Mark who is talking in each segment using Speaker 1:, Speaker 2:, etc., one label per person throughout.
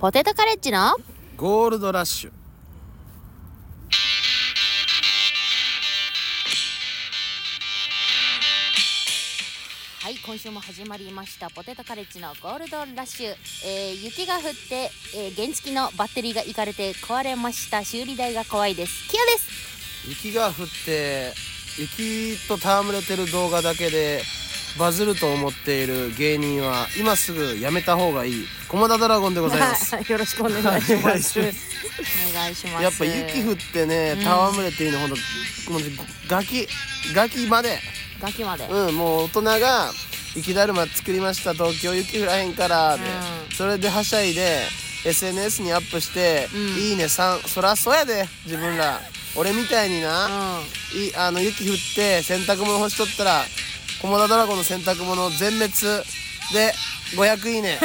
Speaker 1: ポテトカレッジの
Speaker 2: ゴールドラッシュ
Speaker 1: はい今週も始まりましたポテトカレッジのゴールドラッシュ、えー雪が降って、えー原付のバッテリーがいかれて壊れました修理代が怖いですキヨです
Speaker 2: 雪が降って雪と戯れてる動画だけでバズると思っている芸人は今すぐやめた方がいい駒田ドラゴンでございます
Speaker 1: はいよろしくお願いし
Speaker 2: お願いしま
Speaker 1: お願いします
Speaker 2: やっぱ雪降ってね戯れているのほんともうガキガキまで
Speaker 1: ガキまで、
Speaker 2: うんもう大人が雪だるま作りました東京雪降らへんからで、
Speaker 1: うん
Speaker 2: それではしゃいで SNS にアップして「
Speaker 1: うん
Speaker 2: いいね3」そらそうやで自分ら俺みたいにな、
Speaker 1: う
Speaker 2: いあの雪降って洗濯物干しとったら駒田ドラゴンの洗濯物全滅で500い いね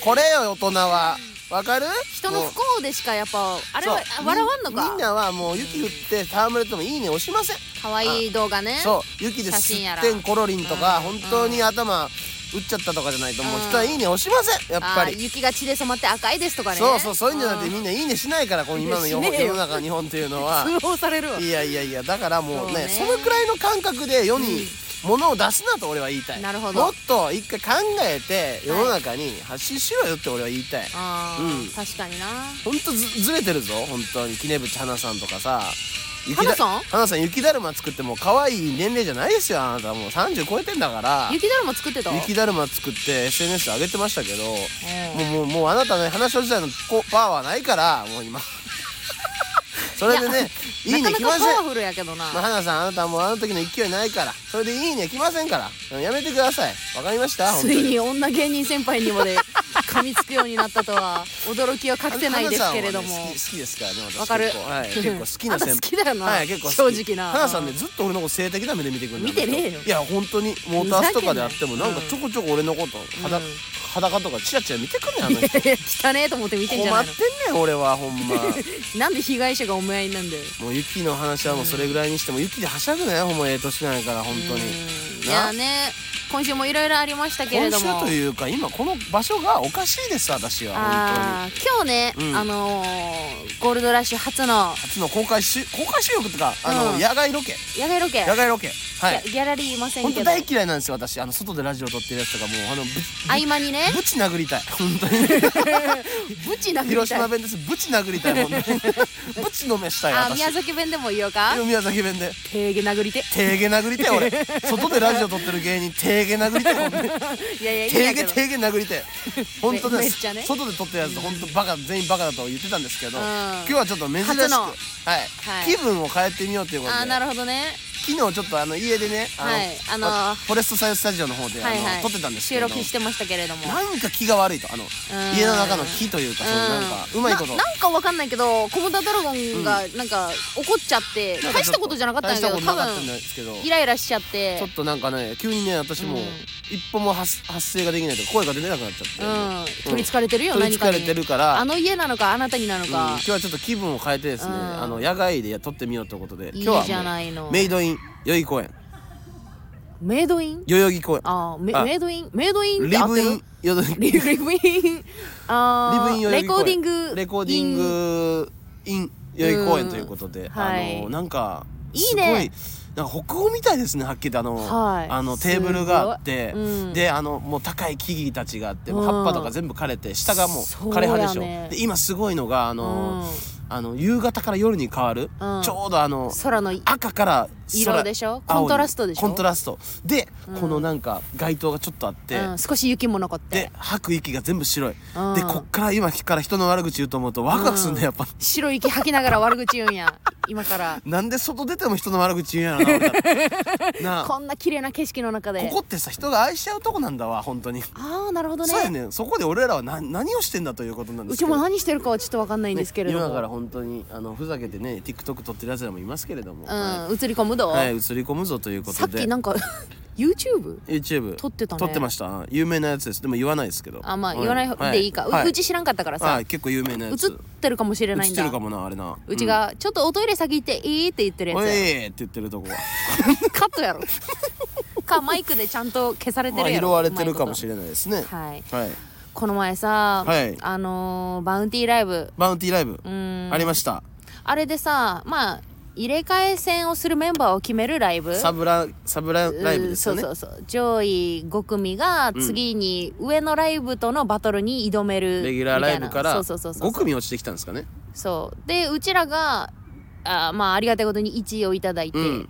Speaker 2: これよ大人はわかる
Speaker 1: 人の
Speaker 2: もう
Speaker 1: 不幸でしかやっぱあれは
Speaker 2: そう
Speaker 1: 笑わんの
Speaker 2: みみん
Speaker 1: か
Speaker 2: なはもう雪降って戯れてもいいね押しません
Speaker 1: 可愛い動画ね
Speaker 2: そう雪で
Speaker 1: 写真や
Speaker 2: すっ
Speaker 1: ら
Speaker 2: てんころりんとか
Speaker 1: うん
Speaker 2: 本当に頭打っちゃったとかじゃないともう人はいいね押しませんやっぱ
Speaker 1: あー
Speaker 2: り
Speaker 1: 雪が血で染まって赤いですとかね
Speaker 2: そうそうそういうんじゃなくて
Speaker 1: ん
Speaker 2: みんないいねしないからこの今の世
Speaker 1: いいねしねえ
Speaker 2: 世
Speaker 1: よ
Speaker 2: の中日本っていうのは
Speaker 1: 通報されるわ
Speaker 2: いやいやいやだからもうね
Speaker 1: そ
Speaker 2: そう
Speaker 1: ね
Speaker 2: のくらいの感覚で世に物を出すなと俺は言いたい
Speaker 1: なるほど
Speaker 2: もっと一回考えて世の中に発信しろよって俺は言いたい、
Speaker 1: あ
Speaker 2: うん
Speaker 1: ー確かにな
Speaker 2: ほんとずずれてるぞ本当に杵渕花さんとかさ
Speaker 1: 花さん
Speaker 2: 花さん雪だるま作ってもう可愛い年齢じゃないですよあなたもう30超えてんだから
Speaker 1: 雪だるま作ってた
Speaker 2: 雪だるま作って SNS 上げてましたけど
Speaker 1: うん
Speaker 2: もうもうもうあなたね話し自体のこパワーないからもう今それでねいいね
Speaker 1: な
Speaker 2: 来
Speaker 1: か
Speaker 2: ま
Speaker 1: な
Speaker 2: せ
Speaker 1: か
Speaker 2: ん
Speaker 1: パワフルやけどな
Speaker 2: まあ、花さんあなたはもうあの時の勢いないからそれでいいね来ませんからやめてくださいわかりました
Speaker 1: ついに女芸人先輩にま で噛みつくようになったとは驚きは隠せないですけれども
Speaker 2: 花さんはね好き好きですからね私
Speaker 1: わかる
Speaker 2: 結構,、 はい、結構好きな先輩
Speaker 1: あんた好きだよな
Speaker 2: はい、結構好き
Speaker 1: 正直な
Speaker 2: 花さんねずっと俺のこと性的な目で見てくるんだけど
Speaker 1: 見てねえよ
Speaker 2: いや本当にモータースとかであっても
Speaker 1: ふ
Speaker 2: な
Speaker 1: ざけんな
Speaker 2: んか
Speaker 1: よ
Speaker 2: ちょこちょこ俺のこと裸,、
Speaker 1: うん
Speaker 2: 裸とかチラチラ見てくんね んあの人
Speaker 1: いや汚ねえと思って見てんじゃ
Speaker 2: 困
Speaker 1: な
Speaker 2: っ
Speaker 1: いの
Speaker 2: てんねん俺はほんま
Speaker 1: なんで被害者がお見合いなんだよ
Speaker 2: もう雪の話はもうそれぐらいにしても雪ではしゃぐなよほんまええ年なんやから本当に
Speaker 1: うんい
Speaker 2: な
Speaker 1: やね今週もいろいろありましたけれ
Speaker 2: 今
Speaker 1: ども
Speaker 2: 週というか今この場所がおかしいです私は本当に
Speaker 1: あー今日ね、
Speaker 2: うん
Speaker 1: あのーゴールドラッシュ初の
Speaker 2: 初の公開し公開収録とかあの、
Speaker 1: うん
Speaker 2: 野外ロケ
Speaker 1: 野外ロケ、
Speaker 2: 野外ロケは
Speaker 1: ギャ
Speaker 2: い
Speaker 1: ギャラリーいません
Speaker 2: 本
Speaker 1: け
Speaker 2: 当
Speaker 1: ど
Speaker 2: 大嫌いなんですよ私あの外でラジオ撮ってるやつとかもうあのぶ
Speaker 1: 合間にね
Speaker 2: ぶち殴りたい本当に
Speaker 1: ブチ殴りたい
Speaker 2: 広島弁ですぶち殴りたい本当に ぶちのめしたい
Speaker 1: あ
Speaker 2: 私
Speaker 1: 宮崎弁でも言おうか
Speaker 2: 宮崎弁で
Speaker 1: 手毛殴りて
Speaker 2: 手毛殴りたい俺外でラジオ撮ってる芸人手毛殴りたい本当に
Speaker 1: いやいやいいん
Speaker 2: 手
Speaker 1: や
Speaker 2: 毛
Speaker 1: けど
Speaker 2: 手毛殴りたい本当で
Speaker 1: めめっ
Speaker 2: す
Speaker 1: ちゃね
Speaker 2: 外で撮ってるやつ本当バカ全員バカだと言ってたんですけど
Speaker 1: うん
Speaker 2: 今日はちょっと珍しく
Speaker 1: 初の
Speaker 2: はい
Speaker 1: い
Speaker 2: 気分を変えてみようということ
Speaker 1: あー
Speaker 2: で
Speaker 1: なるほどね
Speaker 2: 昨日ちょっとあの家でね
Speaker 1: はいあの
Speaker 2: わフォレストサイズスタジオの方で、
Speaker 1: はい
Speaker 2: あ
Speaker 1: はい
Speaker 2: の撮ってたんですけ
Speaker 1: 収
Speaker 2: ど
Speaker 1: 録してましたけれども
Speaker 2: なんか気が悪いとあの
Speaker 1: ん
Speaker 2: 家の中の気というかそのなんかうまいこと
Speaker 1: ななんかわかんないけどコモダドラゴンがなんか怒っちゃって、
Speaker 2: なんか
Speaker 1: 大
Speaker 2: ち
Speaker 1: し
Speaker 2: ょ
Speaker 1: たことじゃなかったんだけど
Speaker 2: 大した
Speaker 1: 多
Speaker 2: ことなかったん
Speaker 1: 分
Speaker 2: ですけど
Speaker 1: イ
Speaker 2: ち
Speaker 1: ライラしちゃって
Speaker 2: ょっとなんかね急にね私もう
Speaker 1: うん
Speaker 2: 一歩も発発声ができないとか声が出れなくなっちゃって、も
Speaker 1: うん取りつかれてるよ、
Speaker 2: 取り
Speaker 1: 何
Speaker 2: つ
Speaker 1: か
Speaker 2: か
Speaker 1: に
Speaker 2: れてるから
Speaker 1: あの家なのかあなたになの
Speaker 2: うん今
Speaker 1: か、
Speaker 2: 日はちょっと気分を変えてですね、
Speaker 1: うん
Speaker 2: あの野外で撮ってみようということで
Speaker 1: いい
Speaker 2: 今日
Speaker 1: じゃ
Speaker 2: は
Speaker 1: ない
Speaker 2: も
Speaker 1: の
Speaker 2: うメイドイン代々木公園
Speaker 1: メイドイン
Speaker 2: 代々木公園
Speaker 1: あーメ
Speaker 2: あ
Speaker 1: メイドインメイドインっ
Speaker 2: リ
Speaker 1: て合っ
Speaker 2: ブ
Speaker 1: て
Speaker 2: イ
Speaker 1: る
Speaker 2: ン代々木
Speaker 1: リブインあ
Speaker 2: リブイン
Speaker 1: ー
Speaker 2: 代
Speaker 1: レコー
Speaker 2: 々
Speaker 1: デ
Speaker 2: 木
Speaker 1: ィン
Speaker 2: 公園
Speaker 1: グ
Speaker 2: レコーディングイン代々木公園ということで、
Speaker 1: うん
Speaker 2: あの、
Speaker 1: はい
Speaker 2: なんか
Speaker 1: いいね
Speaker 2: すごいなんか北欧みたいですねはっきり言ってあの,、
Speaker 1: はい
Speaker 2: あのテーブルがあって、
Speaker 1: すごいうん
Speaker 2: であのもう高い木々たちがあって、
Speaker 1: うん
Speaker 2: 葉っぱとか全部枯れて下がもう
Speaker 1: そう
Speaker 2: 枯れ葉でしょ、
Speaker 1: やね
Speaker 2: で今すごいのがあの,、あの夕方から夜に変わる、
Speaker 1: うん
Speaker 2: ちょうどあの
Speaker 1: 空の
Speaker 2: 赤から
Speaker 1: 色でしょコ
Speaker 2: 青に
Speaker 1: ントラストでしょ
Speaker 2: コントラストで、
Speaker 1: うん
Speaker 2: このなんか街灯がちょっとあって、
Speaker 1: うん、少し雪も残っ
Speaker 2: で
Speaker 1: て
Speaker 2: 吐く息が全部白い、
Speaker 1: うん
Speaker 2: でこっから今から人の悪口言うと思うとワクワクすんだ、やっぱ
Speaker 1: 白い息吐きながら悪口言うんや今から
Speaker 2: なんで外出ても人の悪口言うんやろな俺 らなあ
Speaker 1: こんな綺麗な景色の中で
Speaker 2: ここってさ人が愛しちゃうとこなんだわ本当に、
Speaker 1: ああなるほどね
Speaker 2: そうやねんそこで俺らは何何をしてんだということなんで
Speaker 1: う
Speaker 2: す
Speaker 1: ち
Speaker 2: けど
Speaker 1: も何してるかはちょっとわかんないんですけれども、
Speaker 2: ね今から本当にあのふざけてね TikTok 撮ってるやつらもいますけれども、は
Speaker 1: うん映り込むど、
Speaker 2: いうはい映り込むぞということ
Speaker 1: さっ
Speaker 2: で
Speaker 1: きなんか YouTube?
Speaker 2: YouTube
Speaker 1: 撮ってたね
Speaker 2: 撮ってました有名なやつですでも言わないですけど
Speaker 1: あまあ
Speaker 2: は
Speaker 1: 言わない方でいいか、う
Speaker 2: は
Speaker 1: うち知らんかったからさ、
Speaker 2: はい結構有名な
Speaker 1: 映
Speaker 2: やつ
Speaker 1: ってるかもしれない
Speaker 2: 映
Speaker 1: ん
Speaker 2: って
Speaker 1: だ
Speaker 2: るかもなあれな
Speaker 1: うちが、ちょっとおトイレ先行っていいって言ってるや
Speaker 2: おい
Speaker 1: つ
Speaker 2: ーって言ってるとこは
Speaker 1: カットやろ かマイクでちゃんと消されて
Speaker 2: まあ
Speaker 1: るやろ
Speaker 2: 拾われてるかもしれないですね
Speaker 1: はいう
Speaker 2: まいことはい
Speaker 1: この前さ、
Speaker 2: はい
Speaker 1: あのーバウンティーライブ
Speaker 2: バウンティーライブ
Speaker 1: うーん
Speaker 2: ありました
Speaker 1: あれでさまあ入れ替え戦をするメンバーを決めるライブ
Speaker 2: サブラサブラライブですよね
Speaker 1: うんそうそうそう上位5組が次に上のライブとのバトルに挑める
Speaker 2: レギュラーライブ
Speaker 1: みた
Speaker 2: から
Speaker 1: いなそうそうそうそう
Speaker 2: 5組落ちてきたんですかね
Speaker 1: そうでうちらがあーまあありがたいことに1位をいただいて、
Speaker 2: うん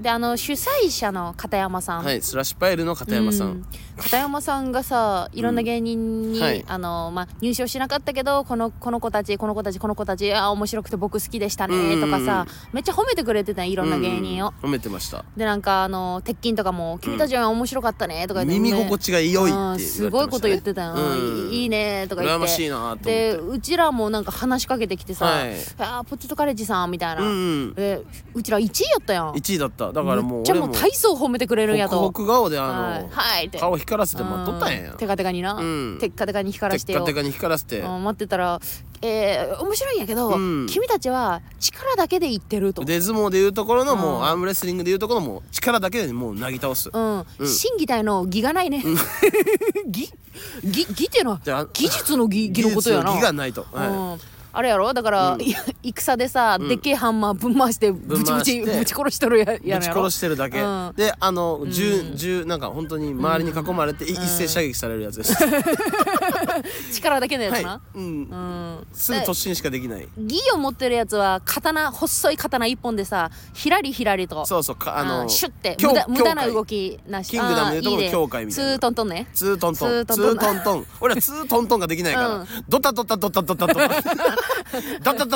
Speaker 1: であの主催者の片山さん、
Speaker 2: はいスラッシュパイルの片山さ
Speaker 1: うん片山さんがさいろんな芸人に、
Speaker 2: うんはい
Speaker 1: あのまあ、入賞しなかったけどこのこの子たちこの子たちこの子たちあー面白くて僕好きでしたねとかさ、めっちゃ褒めてくれてたんいろんな芸人を。
Speaker 2: うん褒めてました
Speaker 1: でなんかあの鉄筋とかも「君たちは面白かったね」とか言って、
Speaker 2: 耳心地が良いって言わ
Speaker 1: うん
Speaker 2: れてましたね
Speaker 1: すごいこと言ってたよ、
Speaker 2: うん
Speaker 1: いいねとか言って
Speaker 2: 羨ましいなと
Speaker 1: で
Speaker 2: 思って
Speaker 1: うちらもなんか話しかけてきてさ「
Speaker 2: はい
Speaker 1: あーポテトカレッジさん」みたいな、
Speaker 2: うんうん
Speaker 1: でうちら1位やったやん
Speaker 2: 1位だっただからも
Speaker 1: め
Speaker 2: う
Speaker 1: っちゃ
Speaker 2: 俺
Speaker 1: も
Speaker 2: も
Speaker 1: う大層褒めてくれるんやと
Speaker 2: ホクホク顔であ
Speaker 1: はい
Speaker 2: の、
Speaker 1: はいって
Speaker 2: 顔光らせて待っとったん
Speaker 1: う
Speaker 2: や
Speaker 1: テカテカにな、
Speaker 2: うん
Speaker 1: テッカテカに光ら
Speaker 2: テ
Speaker 1: して
Speaker 2: ッカ
Speaker 1: よ
Speaker 2: テカに光らせて
Speaker 1: うん待ってたらえー、面白いんやけど、
Speaker 2: うん
Speaker 1: 君たちは力だけで言ってると
Speaker 2: 腕相撲でいうところの
Speaker 1: う
Speaker 2: もうんアームレスリングでいうところのもう力だけでもうなぎ倒す
Speaker 1: うん、
Speaker 2: うん
Speaker 1: 審議体の義がないね。 義、義、義っていうのは
Speaker 2: じゃあ
Speaker 1: 技術の義、義のことやな。
Speaker 2: 技がないと、はい
Speaker 1: うん。あれやろだから、いや戦でさ、でっけえハンマーぶん回してぶちぶ
Speaker 2: 回
Speaker 1: ち
Speaker 2: して
Speaker 1: ぶち殺しとるやや
Speaker 2: ぶ
Speaker 1: の
Speaker 2: ち
Speaker 1: やろ
Speaker 2: 殺してるだけ、
Speaker 1: うん
Speaker 2: であの銃銃なんか本当に周りに囲まれて、い一斉射撃されるやつです、
Speaker 1: 力だけのや
Speaker 2: は
Speaker 1: つ
Speaker 2: い
Speaker 1: な、、
Speaker 2: うん
Speaker 1: うん
Speaker 2: すぐ突進しかできない
Speaker 1: 義を持ってるやつは刀細い刀一本でさひらりひらりと
Speaker 2: そうそうかあの
Speaker 1: うんシュッて
Speaker 2: 強
Speaker 1: 無駄無駄な
Speaker 2: 強快
Speaker 1: 動きなし
Speaker 2: キングダムでいうとこの教会みたいな
Speaker 1: ツートントンね
Speaker 2: ツートントン
Speaker 1: ツ
Speaker 2: ツ
Speaker 1: ートントン
Speaker 2: ートントン俺はツートントンができないから、
Speaker 1: うん
Speaker 2: ドタドタドタドタドタ ダダダダ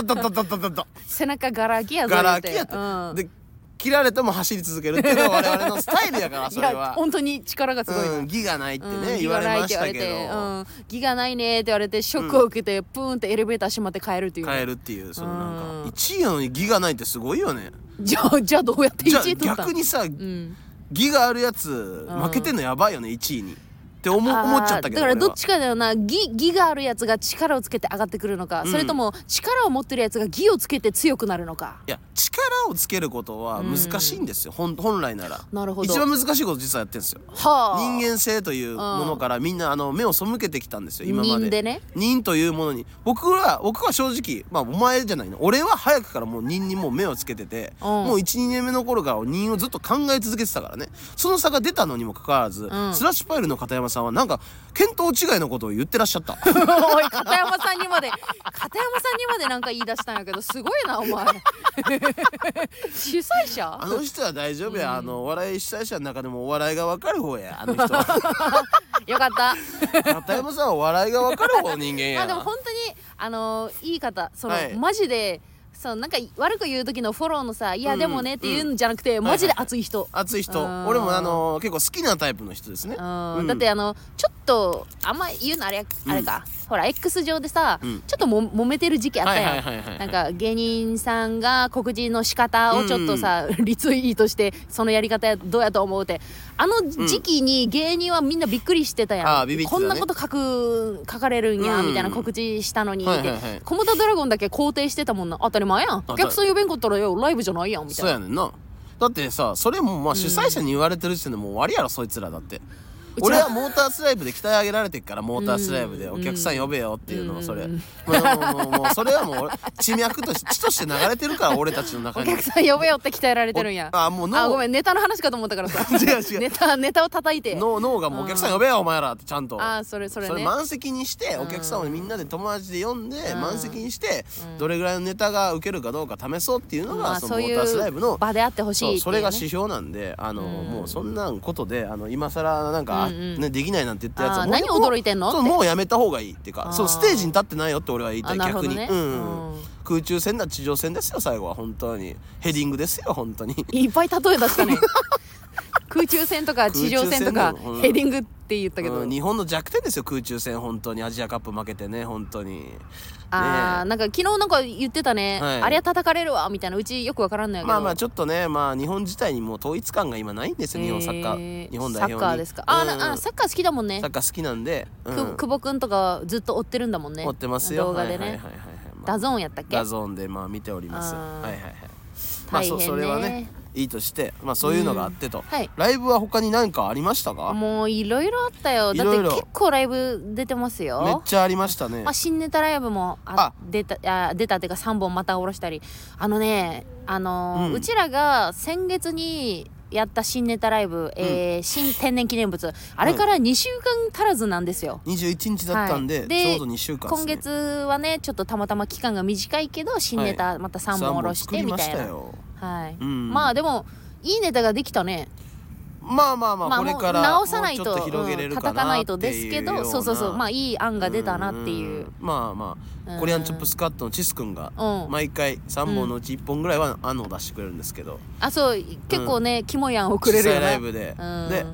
Speaker 2: ダダダダダ
Speaker 1: 背中ガラ空きやぞ
Speaker 2: ガラ
Speaker 1: 言う
Speaker 2: 空きやって、
Speaker 1: うん
Speaker 2: で切られても走り続けるっていうのが我々のスタイルやからそれ
Speaker 1: いや
Speaker 2: は
Speaker 1: 本当に力がすごいな、
Speaker 2: うん、義がないってね、
Speaker 1: うん
Speaker 2: 言われまし
Speaker 1: ギガな
Speaker 2: た
Speaker 1: いって言われ
Speaker 2: け
Speaker 1: て
Speaker 2: ど、
Speaker 1: うん、ギガないねって言われてショックを受けて、プーンってエレベーター閉まって帰るっていう
Speaker 2: 変えるっていうそのなんか、
Speaker 1: うん
Speaker 2: 1位なのに義がないってすごいよね
Speaker 1: じゃあじゃあどうやって1位
Speaker 2: じゃあ
Speaker 1: 取ったの
Speaker 2: 逆にさ、
Speaker 1: うん
Speaker 2: 義があるやつ負けてんのやばいよね1位にって思
Speaker 1: あー
Speaker 2: 思っちゃったけ
Speaker 1: だ
Speaker 2: ど
Speaker 1: から
Speaker 2: 俺は
Speaker 1: どっちかだよな義義があるやつが力をつけて上がってくるのか、それとも力を持ってるやつが義をつけて強くなるのか
Speaker 2: いや力をつけることは難しいんですよ、ほん本来なら
Speaker 1: なるほど
Speaker 2: 一番難しいこと実はやってるんですよ
Speaker 1: はあ
Speaker 2: 人間性というものからみんなあの目を背けてきたんですよ今まで
Speaker 1: 人でね
Speaker 2: 人というものに僕は僕は正直まあお前じゃないの俺は早くからもう人にもう目をつけてて、
Speaker 1: うん
Speaker 2: もう12年目の頃から人をずっと考え続けてたからねその差が出たのにもかかわらず、
Speaker 1: ん
Speaker 2: スラッシュパイルの片山さんはなんか見当違いのことを言ってらっしゃった
Speaker 1: おい片山さんにまで片山さんにまでなんか言い出したんやけどすごいなお前 主催者
Speaker 2: あの人は大丈夫や、あのお笑い主催者の中でもお笑いが分かる方やあの人 は
Speaker 1: よかった
Speaker 2: 片山さんはお笑いが分かる方の人間
Speaker 1: ま
Speaker 2: や
Speaker 1: あでも本当にあのーいい方その、
Speaker 2: はい
Speaker 1: マジでそうなんか悪く言う時のフォローのさ「いや
Speaker 2: うん
Speaker 1: でもね」っていうんじゃなくて、マジで熱い人、
Speaker 2: 熱い人
Speaker 1: うん
Speaker 2: 俺もあの結構好きなタイプの人ですね
Speaker 1: うん
Speaker 2: うん
Speaker 1: だってあのちょっとあんま言うのあれやあれか、ほら X 上でさ、
Speaker 2: ん
Speaker 1: ちょっとも揉めてる時期あったやん、
Speaker 2: はいはいはいはい
Speaker 1: なんか芸人さんが告示の仕方をちょっとさ、 リツイートしてそのやり方やどうやと思うってあの時期に芸人はみんなびっくりしてたやん、
Speaker 2: あービビってた
Speaker 1: こ
Speaker 2: ね
Speaker 1: んなこと書く書かれるんや、
Speaker 2: うん
Speaker 1: みたいな告知したのにって、
Speaker 2: はいはいはい
Speaker 1: コモダドラゴンだけ肯定してたもんな当たり前やん
Speaker 2: た
Speaker 1: お客さん呼べんかったらよライブじゃないやんみたい
Speaker 2: そう
Speaker 1: な
Speaker 2: やねんなだってさそれもまあ主催者に言われてる時点でもう終わりやろそいつらだって
Speaker 1: うちは
Speaker 2: 俺はモータースライブで鍛え上げられてっからモータースライブでお客さん呼べよっていうのはそれもうもうもうそれはもう血脈として血として流れてるから俺たちの中
Speaker 1: お
Speaker 2: に
Speaker 1: 客さん呼べよって鍛えられてるんや
Speaker 2: おあもう脳
Speaker 1: あごめんネタの話かと思ったからさ
Speaker 2: 違う違う
Speaker 1: ネタネタを叩いて
Speaker 2: 脳脳がもうお客さん呼べよお前らってちゃんと
Speaker 1: あーそれそれね
Speaker 2: 満席にしてお客さんをみんなで友達で呼んで
Speaker 1: ん
Speaker 2: 満席にしてどれぐらいのネタが受けるかどうか試そうっていうの
Speaker 1: まあ
Speaker 2: がその
Speaker 1: そう
Speaker 2: モ
Speaker 1: い
Speaker 2: ータースライブ
Speaker 1: う
Speaker 2: の
Speaker 1: 場であってほしい
Speaker 2: そ
Speaker 1: ってい
Speaker 2: う
Speaker 1: うね
Speaker 2: それが指標なんであの、もうそんなんことであの今更なんか、ね、できないなんて言ったやつ
Speaker 1: あ
Speaker 2: は
Speaker 1: ー
Speaker 2: もう
Speaker 1: 何
Speaker 2: もう
Speaker 1: 驚いてんの
Speaker 2: そう
Speaker 1: って
Speaker 2: もうやめた方がいいっていうか
Speaker 1: ー
Speaker 2: そうステージに立ってないよって俺は言いたい
Speaker 1: あなるほ
Speaker 2: 逆
Speaker 1: ど
Speaker 2: に、
Speaker 1: ね
Speaker 2: うん
Speaker 1: うん
Speaker 2: 空中戦だ地上戦ですよ最後は本当にヘディングですよ本当に
Speaker 1: いっぱい例え出した ね空中戦とか地上戦とか
Speaker 2: 空中戦だようん
Speaker 1: ヘディングって言ったけど、
Speaker 2: うん日本の弱点ですよ空中戦本当にアジアカップ負けてね本当に
Speaker 1: あーなんか昨日なんか言ってたね、
Speaker 2: はい
Speaker 1: あれは叩かれるわみたいなうちよくわからんのやけど
Speaker 2: まあまあちょっとねまあ日本自体にもう統一感が今ないんですよ日本サッカー、
Speaker 1: え
Speaker 2: 日本代表に
Speaker 1: サッカーですかあー、
Speaker 2: うん
Speaker 1: なあサッカー好きだもんね
Speaker 2: サッカー好きなんで、う
Speaker 1: く
Speaker 2: ん、
Speaker 1: 久保くんとかずっと追ってるんだもんね
Speaker 2: 持ってますよ
Speaker 1: 動画でね、
Speaker 2: はいはいはいはいはいまあ
Speaker 1: ダゾーンやったっけ
Speaker 2: ダゾーンでまあ見ております。
Speaker 1: あー
Speaker 2: はいはいはい。まあ
Speaker 1: 大変ね
Speaker 2: そうそれはねいいとして、まあ、そういうのがあってと、
Speaker 1: はい
Speaker 2: ライブは他に何かありましたかめ
Speaker 1: もういろいろあったよだっ
Speaker 2: い
Speaker 1: て
Speaker 2: ろいろ
Speaker 1: 結構ライブ出てますよ
Speaker 2: っちゃありましたね
Speaker 1: まあ、新ネタライブもあ
Speaker 2: あ
Speaker 1: 出たあ出たっていうか3本また下ろしたりあのねあのー
Speaker 2: う
Speaker 1: うんちらが先月にやった新ネタライブ、えー新天然記念物あれから2週間足らずなんですよ。
Speaker 2: 21日だったんで,、
Speaker 1: はいで
Speaker 2: ちょうど2週間です、
Speaker 1: 今
Speaker 2: ね、
Speaker 1: 月はねちょっとたまたま期間が短いけど新ネタまた3本下ろしてみたい
Speaker 2: 三本作りました
Speaker 1: な、
Speaker 2: よ
Speaker 1: はい
Speaker 2: うん
Speaker 1: まあでもいいネタができたね
Speaker 2: まあまあまあ、
Speaker 1: まあ
Speaker 2: これ
Speaker 1: もう
Speaker 2: から
Speaker 1: 直さない
Speaker 2: もうちょっ
Speaker 1: と
Speaker 2: と広げれ
Speaker 1: うん
Speaker 2: るかな
Speaker 1: 叩かないとですけどそうそうそうまあ
Speaker 2: あ
Speaker 1: いい案が出たなっていう
Speaker 2: まあま
Speaker 1: うん
Speaker 2: あコリアンチョップスカットのチス君が
Speaker 1: うん
Speaker 2: 毎回3本のうち1本ぐらいは案を出してくれるんですけど
Speaker 1: あそう結構ね、キモい案をくれる
Speaker 2: 実
Speaker 1: よ
Speaker 2: 際
Speaker 1: ね
Speaker 2: ライブで
Speaker 1: うん
Speaker 2: で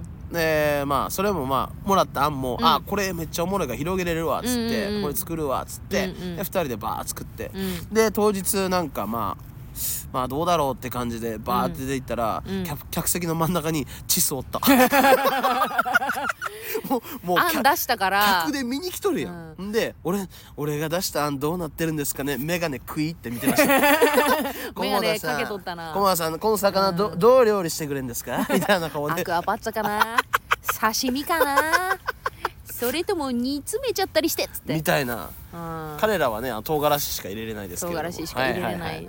Speaker 2: でまあそれもまあもらった案も
Speaker 1: うん
Speaker 2: あこれめっちゃおもろいから広げれるわっつっ
Speaker 1: うんうんう
Speaker 2: て
Speaker 1: ん
Speaker 2: これ作るわっつって
Speaker 1: うんうん
Speaker 2: で2人でバーッ作って
Speaker 1: うん
Speaker 2: で当日なんかまあまあどうだろうって感じでバーって出ていったら、
Speaker 1: うん
Speaker 2: 客客席の真ん中にチス おったもうもう
Speaker 1: 案
Speaker 2: 客
Speaker 1: 出したから
Speaker 2: 客で見に来とるやん、で俺俺が出した案どうなってるんですかね眼鏡食いって見てました
Speaker 1: メガネかけとったな
Speaker 2: 駒田さんこの魚ど,、うどう料理してくれんで すかみたいな顔
Speaker 1: ア
Speaker 2: で
Speaker 1: クアパッツァかな刺身かなそれとも煮詰めちゃったりしてっつって
Speaker 2: みたいな
Speaker 1: うん
Speaker 2: 彼らはねあの唐辛子しか入れれないです
Speaker 1: 唐
Speaker 2: けど
Speaker 1: 辛子しか入れれない,、
Speaker 2: はいはい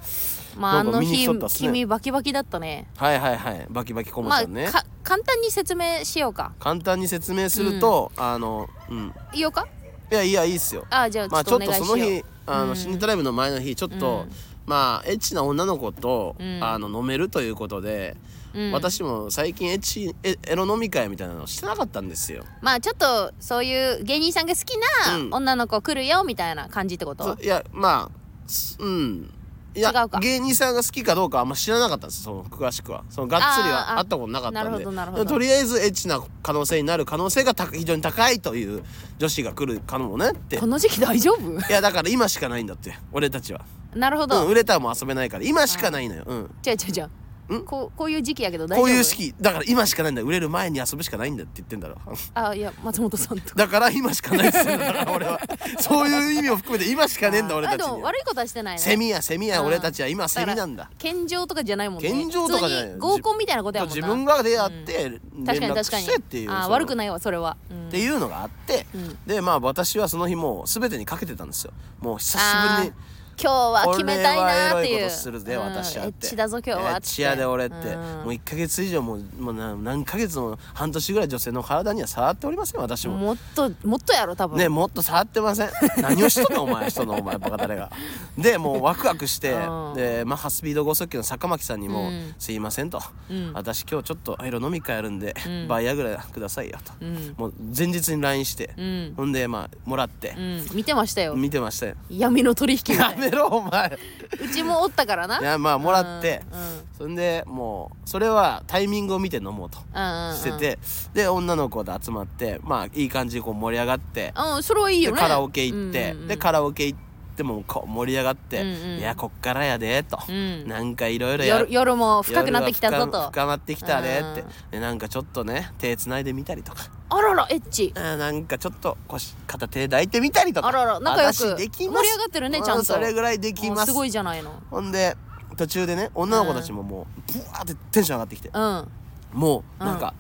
Speaker 1: まああ
Speaker 2: なん
Speaker 1: の
Speaker 2: か見に来
Speaker 1: 日、
Speaker 2: とったっすね
Speaker 1: 君バキバキだったね
Speaker 2: はい、はいはいはいバキバキ駒
Speaker 1: ま
Speaker 2: ち
Speaker 1: あ
Speaker 2: ゃんね、
Speaker 1: か簡単に説明しようか
Speaker 2: 簡単に説明すると、あのうん
Speaker 1: いいようか
Speaker 2: いやいやいいっすよ
Speaker 1: あじゃあち
Speaker 2: ま
Speaker 1: ょ
Speaker 2: あ
Speaker 1: っ
Speaker 2: ちょ
Speaker 1: とお
Speaker 2: っと
Speaker 1: 願いしよ、
Speaker 2: そうの日あ
Speaker 1: うん
Speaker 2: のシニトライブの前の日ちょっと、
Speaker 1: うん
Speaker 2: まあエッチな女の子と、
Speaker 1: うん
Speaker 2: あの飲めるということで、
Speaker 1: うん
Speaker 2: 私も最近エッチエエロ飲み会みたいなのしてなかったんですよ。
Speaker 1: まあちょっとそういう芸人さんが好き
Speaker 2: うん
Speaker 1: な女の子来るよみたいな感じってこと、
Speaker 2: そいやまあすうんいや
Speaker 1: 違うか
Speaker 2: 芸人さんが好きかどうかあんま知らなかったんですその詳しくはそのがっつり
Speaker 1: あーあー
Speaker 2: は会ったことなかったん
Speaker 1: な
Speaker 2: で
Speaker 1: るほどなるほど
Speaker 2: でもとりあえずエッチな可能性になる可能性が高非常に高いという女子が来る可能もねって
Speaker 1: この時期大丈夫
Speaker 2: いやだから今しかないんだって俺たちは。
Speaker 1: なるほど、
Speaker 2: うん、売れたらもう遊べないから今しかないのよ、うん、
Speaker 1: じゃあじゃあじゃあ
Speaker 2: ん
Speaker 1: こうこういう時期やけど大丈夫
Speaker 2: こういう式だから今しかないんだよ売れる前に遊ぶしかないんだって言って んだろ
Speaker 1: あいや松本さんと
Speaker 2: だから今しかないっすよだから 俺はそういう意味を含めて今しかねえんだ俺たち
Speaker 1: あでも
Speaker 2: には
Speaker 1: 悪いことはしてないね
Speaker 2: セミやセミや
Speaker 1: うん
Speaker 2: 俺たちは今セミなんだ
Speaker 1: 献上とかじゃないもんね
Speaker 2: 献上とかじゃない
Speaker 1: 普通に合コンみたいなことやもんな
Speaker 2: 自分が出会って連
Speaker 1: 確かに
Speaker 2: 絡
Speaker 1: 確かに
Speaker 2: してっていう
Speaker 1: あ
Speaker 2: そ
Speaker 1: ー
Speaker 2: の
Speaker 1: 悪くないわそれは、うん
Speaker 2: っていうのがあって、
Speaker 1: うん
Speaker 2: でまあ私はその日もう全てにかけてたんですよもう久しぶ
Speaker 1: あ
Speaker 2: りに
Speaker 1: ー今日は決めたいなーって
Speaker 2: 俺はエロ
Speaker 1: いう
Speaker 2: ことするで
Speaker 1: うん
Speaker 2: 私は
Speaker 1: エ
Speaker 2: っ
Speaker 1: ッ
Speaker 2: て
Speaker 1: チだぞ今日は
Speaker 2: エ
Speaker 1: っ
Speaker 2: ッ
Speaker 1: て
Speaker 2: チやで俺って
Speaker 1: うん
Speaker 2: もう一ヶ月以上もうもうな何ヶ月も半年ぐらい女性の体には触っておりません私も
Speaker 1: もっともっとやろ多分
Speaker 2: ねもっと触ってません 何をしとんのお前人のお前バカ誰がでもうワクワクして
Speaker 1: うん
Speaker 2: でマッハスピード剛速球の坂巻さんにも「
Speaker 1: うん
Speaker 2: すいません」と「
Speaker 1: うん
Speaker 2: 私今日ちょっとエロ飲み会あるんで、
Speaker 1: うん
Speaker 2: バイアグラくださいよ」と、
Speaker 1: うん
Speaker 2: もう前日に LINE して、
Speaker 1: うん
Speaker 2: ほんでまあもらって
Speaker 1: う、ん見てましたよ
Speaker 2: 見てましたよ
Speaker 1: 闇の取引みた
Speaker 2: や
Speaker 1: いな
Speaker 2: めろお前
Speaker 1: うちもおったからない
Speaker 2: やまあもらって、
Speaker 1: うんうん
Speaker 2: そんでもうそれはタイミングを見て飲もうと
Speaker 1: うんうん
Speaker 2: してて、で女の子と集まってまあいい感じにこう盛り上がって、
Speaker 1: うんそれはいいよ
Speaker 2: で
Speaker 1: ね
Speaker 2: カラオケ行って、
Speaker 1: うんうんうん
Speaker 2: でカラオケ行ってもこう盛り上がって、
Speaker 1: うんうん
Speaker 2: いやこっからやでと、
Speaker 1: うん
Speaker 2: なんかいろいろや
Speaker 1: 夜夜も深くなってきたぞ
Speaker 2: 夜が
Speaker 1: と
Speaker 2: 深深まってきたでって
Speaker 1: うん
Speaker 2: でなんかちょっとね手つないでみたりとか
Speaker 1: あららエッチ
Speaker 2: あーなんかちょっと腰片手抱いてみたりとか
Speaker 1: あらら仲良く
Speaker 2: 私できます
Speaker 1: 盛り上がってるね
Speaker 2: う
Speaker 1: ちゃんと
Speaker 2: それぐらいでき
Speaker 1: もう
Speaker 2: ます
Speaker 1: すごいじゃないの
Speaker 2: ほんで途中でね女の子たちももうブワーってテンション上がってきて
Speaker 1: うんうん
Speaker 2: もうなんか、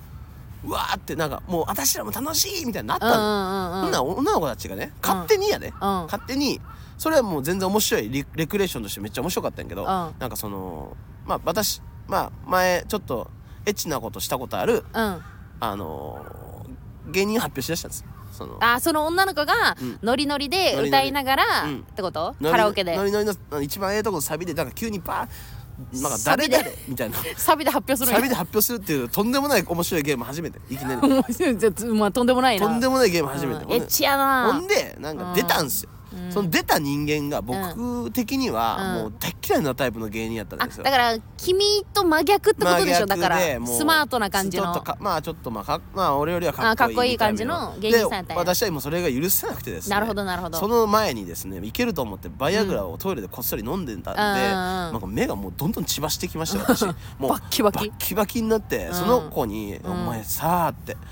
Speaker 2: うわーってなんかもう私らも楽しいみたいになった
Speaker 1: うんう
Speaker 2: の、
Speaker 1: んう
Speaker 2: ほん
Speaker 1: ん
Speaker 2: なら女の子たちがね勝手にやで、勝手にそれはもう全然面白いリレクレーションとしてめっちゃ面白かったんやけど、
Speaker 1: うん
Speaker 2: なんかそのまあ私まあ前ちょっとエッチなことしたことある
Speaker 1: うんうん
Speaker 2: あのー芸人発表しだしたんですその
Speaker 1: あその女の子が
Speaker 2: うん
Speaker 1: ノリノリで
Speaker 2: ノリノリ
Speaker 1: 歌いながら
Speaker 2: うん
Speaker 1: ってこと
Speaker 2: ノリノリ
Speaker 1: カラオケで
Speaker 2: ノリノリのあの一番ええとこのサビでなんか急にバーンなんか
Speaker 1: サビ
Speaker 2: 誰
Speaker 1: で
Speaker 2: 誰 みたいな
Speaker 1: サビで発表するん
Speaker 2: サ
Speaker 1: や
Speaker 2: ビで発表するっていうとんでもない面白いゲーム初めていきなり
Speaker 1: 面白いじゃあ まあとんでもないな
Speaker 2: とんでもないゲーム初めて、
Speaker 1: うん
Speaker 2: ほん
Speaker 1: エ
Speaker 2: で
Speaker 1: ッチや
Speaker 2: ほ
Speaker 1: なん
Speaker 2: でなんか出たんすよ、
Speaker 1: うん
Speaker 2: その出た人間が僕的には
Speaker 1: うん
Speaker 2: もう大っ嫌いなタイプの芸人やったん
Speaker 1: あ
Speaker 2: ですよ、
Speaker 1: だから君と真逆ってことでしょだ
Speaker 2: 真逆
Speaker 1: から
Speaker 2: もう
Speaker 1: スマートな感じ
Speaker 2: ちょ
Speaker 1: の
Speaker 2: っとかまあちょっとまあかまあ俺よりはか
Speaker 1: あ
Speaker 2: っ
Speaker 1: か
Speaker 2: こ
Speaker 1: っ
Speaker 2: いい
Speaker 1: こいい感じの芸人さんやったん
Speaker 2: で
Speaker 1: や
Speaker 2: 私は今それが許せなくてですね
Speaker 1: なるほどなるほど
Speaker 2: その前にですねいけると思ってバイアグラをトイレでこっそり飲んでたんで、
Speaker 1: うんうん
Speaker 2: なんか目がもうどんどん血ばしてきましたよ私もう
Speaker 1: バッキバキ
Speaker 2: バッキバキになって、その子に
Speaker 1: ん
Speaker 2: 「お前さ」って「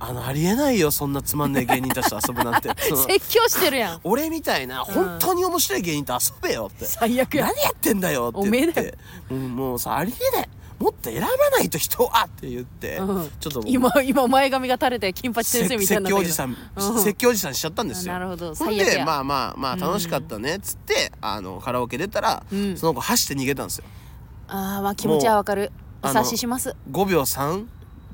Speaker 2: あのありえないよそんなつまんねえ芸人たちと遊ぶなんて」 その
Speaker 1: 説教してるやん
Speaker 2: 俺みたいな本当に面白い芸人と遊べよって、
Speaker 1: 最悪や
Speaker 2: 何やってんだよって言って
Speaker 1: おめえだよ
Speaker 2: うんもうさありえないもっと選ばないと人はって言って、
Speaker 1: うん
Speaker 2: ちょっと
Speaker 1: 今今前髪が垂れて金八先生みたいにな
Speaker 2: 説
Speaker 1: っ
Speaker 2: 教
Speaker 1: た
Speaker 2: お
Speaker 1: け
Speaker 2: じさ
Speaker 1: ど
Speaker 2: ん、
Speaker 1: うん
Speaker 2: 説教おじさんしちゃったんですよ
Speaker 1: なるほど
Speaker 2: ほん
Speaker 1: 最悪
Speaker 2: で
Speaker 1: や、
Speaker 2: まあまあまあ楽しかったねっつって、あのカラオケ出たら、
Speaker 1: うん
Speaker 2: その子走って逃げたんですよ
Speaker 1: あーまあ気持ちはわかるお
Speaker 2: あの
Speaker 1: 察しします
Speaker 2: 5秒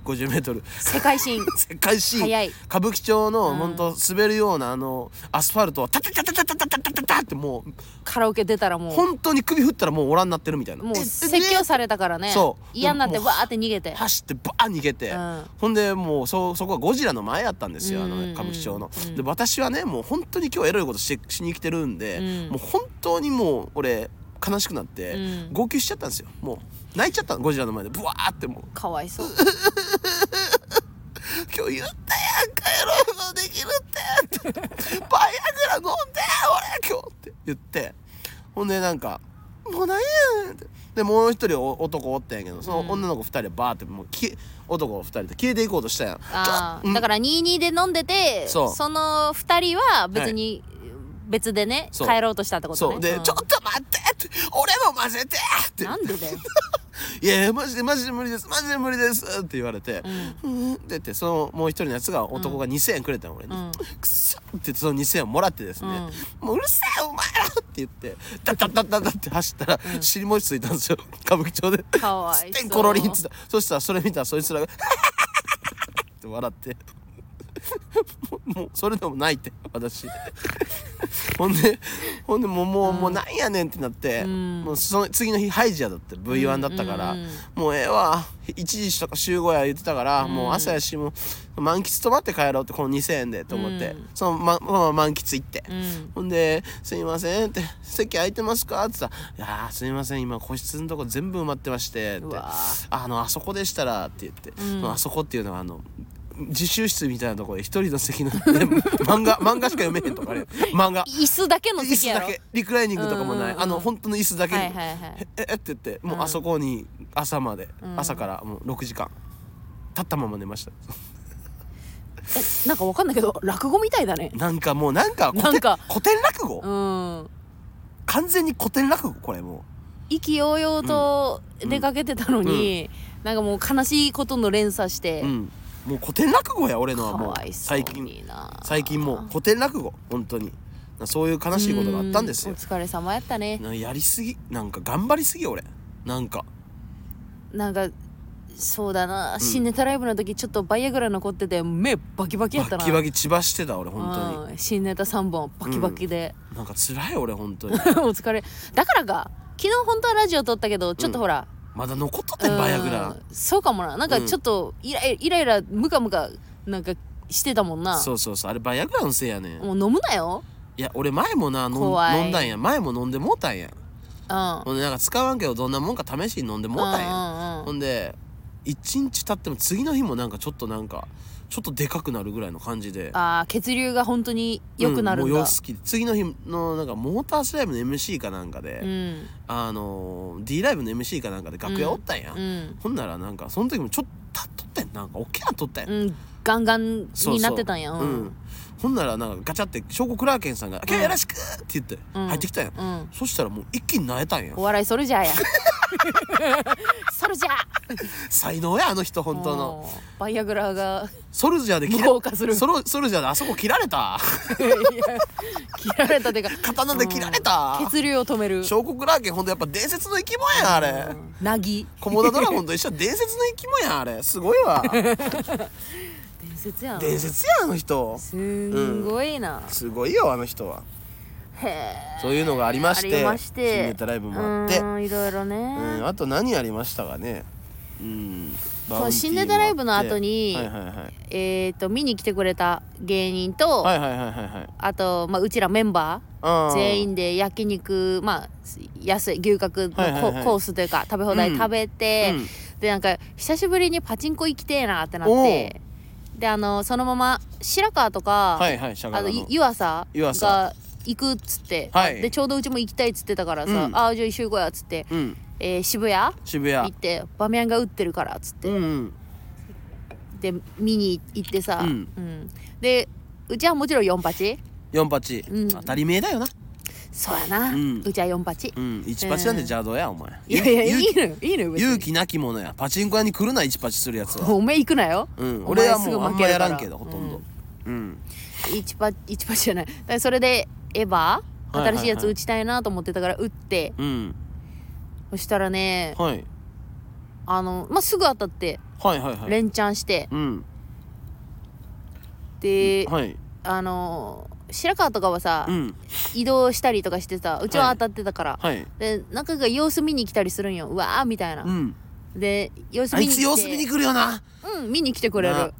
Speaker 2: 350m
Speaker 1: 世界新
Speaker 2: 世界新
Speaker 1: 早い
Speaker 2: 歌舞伎町の
Speaker 1: うん
Speaker 2: 本当滑るようなあのアスファルトをタタタタタタタタタタタってもう
Speaker 1: カラオケ出たらもう
Speaker 2: 本当に首振ったらもうおらんなってるみたいな
Speaker 1: もう
Speaker 2: ええ
Speaker 1: 説教されたからね
Speaker 2: そう
Speaker 1: 嫌になって
Speaker 2: でも
Speaker 1: わーって逃げて
Speaker 2: 走ってバーン逃げて、
Speaker 1: うん
Speaker 2: ほんでもうそそこはゴジラの前やったんですよ、あ
Speaker 1: うんう
Speaker 2: の
Speaker 1: んうん
Speaker 2: 歌舞伎町の、
Speaker 1: うん
Speaker 2: で私はねもう本当に今日エロいことししに来てるんで、
Speaker 1: うん
Speaker 2: もう本当にもう俺悲しくなって、
Speaker 1: うん
Speaker 2: 号泣しちゃったんですよもう泣いちゃったのゴジラの前でブワーってもう
Speaker 1: かわいそう
Speaker 2: 「今日言ったやんかエロいことできるって」って「バイアグラ飲んで俺今日」って言ってほんでなんか「もうなんやねん」って。でもう一人お男おったんやけどその女の子二人でバーってもう消え男二人で消えていこうとしたやん。
Speaker 1: あ
Speaker 2: う
Speaker 1: あ
Speaker 2: ん
Speaker 1: だから22で飲んでて
Speaker 2: そう
Speaker 1: の2人は別に別でね
Speaker 2: そう
Speaker 1: 帰ろうとしたってことね
Speaker 2: そうで、
Speaker 1: ん
Speaker 2: ちょっと待ってって俺も混ぜてって
Speaker 1: なんでだよ
Speaker 2: いやいやマジでマジで無理ですマジで無理ですって言われて、うん、って言ってそのもう一人のやつが男が2,000円くれたの俺に、
Speaker 1: うん
Speaker 2: くそって言ってその2,000円をもらってですね、もううるせえお前らって言ってダッダッダッダッダッって走ったら、尻餅ついたんですよ歌舞伎町で。
Speaker 1: かわい
Speaker 2: て
Speaker 1: そうん
Speaker 2: ころりんっつったそしたらそれ見たらそいつらがって笑ってもうもうそれでも泣いて私 ほんでほんでもうもう,、もうなんやねんってなって、もうその次の日ハイジアだって V1 だったから、もうええわ1時とか集合や言ってたから、もう朝やしもう満喫泊まって帰ろうってこの2,000円でと思って、
Speaker 1: うん
Speaker 2: そのままま満喫行って。
Speaker 1: うん
Speaker 2: ほんで「すいません」って「席空いてますか?」ってさ「いやーすいません今個室のとこ全部埋まってまして」って
Speaker 1: うわー
Speaker 2: 「あのあそこでしたら」って言って、
Speaker 1: ん
Speaker 2: そのあそこっていうのはあの自習室みたいなところで一人の席の 漫画漫画しか読めへんとかね漫画
Speaker 1: 椅子だけの
Speaker 2: 椅
Speaker 1: 席
Speaker 2: 子
Speaker 1: や
Speaker 2: だ
Speaker 1: ろ
Speaker 2: けリクライニングとかもない、
Speaker 1: うんうんうん
Speaker 2: あの本当の椅子だけ、
Speaker 1: はいはいはい
Speaker 2: ええって言ってもうあそこに朝まで、
Speaker 1: ん
Speaker 2: 朝からもう6時間立ったまま寝ました
Speaker 1: えなんかわかんないけど落語みたいだね
Speaker 2: なんかもうなんか古典
Speaker 1: なんか
Speaker 2: 古典落語、
Speaker 1: うん
Speaker 2: 完全に古典落語これもう。
Speaker 1: 意気揚々と出かけてたのに、なんかもう悲しいことの連鎖して、
Speaker 2: うん、もう古典落語や俺の
Speaker 1: か
Speaker 2: はもう
Speaker 1: わいそう
Speaker 2: 最近
Speaker 1: にな
Speaker 2: 最近もう古典落語本当にそういう悲しいことがあったんですよ
Speaker 1: うお疲れ様やったね
Speaker 2: なやりすぎなんか頑張りすぎ俺なんか
Speaker 1: なんかそうだな、新ネタライブの時ちょっとバイアグラ残ってて目バキバキや
Speaker 2: バ
Speaker 1: った
Speaker 2: ッ
Speaker 1: な
Speaker 2: キバキ血ばしてた俺本
Speaker 1: うん新ネタ3本バキバキで、
Speaker 2: 当になんか辛い俺本当 に
Speaker 1: お疲れだからか昨日本当はラジオ撮ったけどちょっとほら、
Speaker 2: まだ残っとっ
Speaker 1: う
Speaker 2: て
Speaker 1: ん
Speaker 2: バイアグラ
Speaker 1: そうかもななんかちょっとイライライライラムカムカなんかしてたもんな
Speaker 2: そうそうそうあれバイアグラのせいやねん
Speaker 1: もう飲むなよ
Speaker 2: いや俺前もな飲ん
Speaker 1: 怖い
Speaker 2: 飲んだんや前も飲んでもうたんや
Speaker 1: うん
Speaker 2: ほんでなんか使わんけどどんなもんか試しに飲んでもうたんや
Speaker 1: うんうんう
Speaker 2: ほ
Speaker 1: ん
Speaker 2: んで一日経っても次の日もなんかちょっとなんかちょっとでかくなるぐらいの感じで
Speaker 1: あー血流が本当に良くなる
Speaker 2: うんんも
Speaker 1: だ
Speaker 2: う様子き次の日のなんかモータースライブの MC かなんかで、
Speaker 1: うん
Speaker 2: あのー D ライブの MC かなんかで楽屋おったんや、
Speaker 1: うん、
Speaker 2: ほんならなんかその時もちょっと立っとってんなんか大きなとったんや、
Speaker 1: うん、ガンガン
Speaker 2: そうそう
Speaker 1: になってたんや
Speaker 2: うんほんならなんかガチャって証拠クラーケンさんが「今日よろしく!」って言って
Speaker 1: うん
Speaker 2: 入ってきたんや、
Speaker 1: うん
Speaker 2: そしたらもう一気になえたんや
Speaker 1: お笑いソルジャーや ソルジャー
Speaker 2: 才能やあの人本当の
Speaker 1: もうバイアグラが
Speaker 2: ソルジャーで切ら
Speaker 1: 無効化する
Speaker 2: ソロソルジャーであそこ切ら れた
Speaker 1: いや切られたてか
Speaker 2: 刀で切られた
Speaker 1: 血流を止める
Speaker 2: 証拠クラーケンほんとやっぱ伝説の生き物やあれ、
Speaker 1: なぎ
Speaker 2: コモダドラゴンと一緒は伝説の生き物やあれすごいわ
Speaker 1: 伝説やん
Speaker 2: 伝説やあの人
Speaker 1: すんごいな、
Speaker 2: すごいよあの人は
Speaker 1: へえ
Speaker 2: そういうのがありま
Speaker 1: あ
Speaker 2: して
Speaker 1: りまして
Speaker 2: 新ネタライブもあって
Speaker 1: うーんいろいろね、
Speaker 2: うんあと何ありましたかねうんバウンティーもあって
Speaker 1: 新ネタライブの後に
Speaker 2: はいはいはい
Speaker 1: えっ、と見に来てくれた芸人と、
Speaker 2: はいはいはいはいはい
Speaker 1: あと、まあ、うちらメンバー
Speaker 2: あー
Speaker 1: 全員で焼肉まあ安い牛角のコ,、
Speaker 2: はいはいはい
Speaker 1: コースというか食べ放題
Speaker 2: うん
Speaker 1: 食べて、
Speaker 2: うん
Speaker 1: でなんか久しぶりにパチンコ行きてえなってなっ
Speaker 2: お
Speaker 1: てであのそのまま白川とか、
Speaker 2: はいはいシャガ
Speaker 1: あ
Speaker 2: ラ
Speaker 1: の
Speaker 2: の
Speaker 1: い湯浅
Speaker 2: 湯浅
Speaker 1: が行くっつって、
Speaker 2: はい
Speaker 1: でちょうどうちも行きたいっつってたからさ「
Speaker 2: うん
Speaker 1: ああじゃあ一緒行こうや」っつって、
Speaker 2: うん
Speaker 1: えー渋谷行
Speaker 2: 渋谷
Speaker 1: ってバミヤンが打ってるからっつって、
Speaker 2: うんうん
Speaker 1: で見に行ってさ、
Speaker 2: うん
Speaker 1: うんでうちはもちろん4八
Speaker 2: 四八
Speaker 1: うん
Speaker 2: 当たり前だよな
Speaker 1: そうやな、うんちは4八、
Speaker 2: うん一八なんて邪道やお前
Speaker 1: いやいやい
Speaker 2: 勇
Speaker 1: い
Speaker 2: 気
Speaker 1: のよいいのよ別に
Speaker 2: 勇気なき者やパチンコ屋に来るな一八するやつは
Speaker 1: おめえ行くなよ、
Speaker 2: うん
Speaker 1: お前
Speaker 2: 俺は
Speaker 1: す
Speaker 2: も
Speaker 1: ぐ
Speaker 2: うあん
Speaker 1: 負け
Speaker 2: ま
Speaker 1: る
Speaker 2: や
Speaker 1: から
Speaker 2: んけどほとんどうん
Speaker 1: 一パ一パじゃないだからそれでエヴァ
Speaker 2: いはいはい
Speaker 1: 新しいやつ打ちたいなと思ってたから打って
Speaker 2: うん
Speaker 1: そしたらね
Speaker 2: はい
Speaker 1: あの、まあ、すぐ当たって
Speaker 2: はいはいはい
Speaker 1: 連チャンして
Speaker 2: うん
Speaker 1: で
Speaker 2: はい
Speaker 1: あの白川とかはさ
Speaker 2: うん
Speaker 1: 移動したりとかしてさうちは当たってたから
Speaker 2: はい
Speaker 1: で中が様子見に来たりするんようわーみたいな
Speaker 2: うん
Speaker 1: で様子
Speaker 2: あ
Speaker 1: 見
Speaker 2: い
Speaker 1: に来
Speaker 2: つ
Speaker 1: て
Speaker 2: 様子見に来るよな
Speaker 1: うん見に来てくれ
Speaker 2: な
Speaker 1: る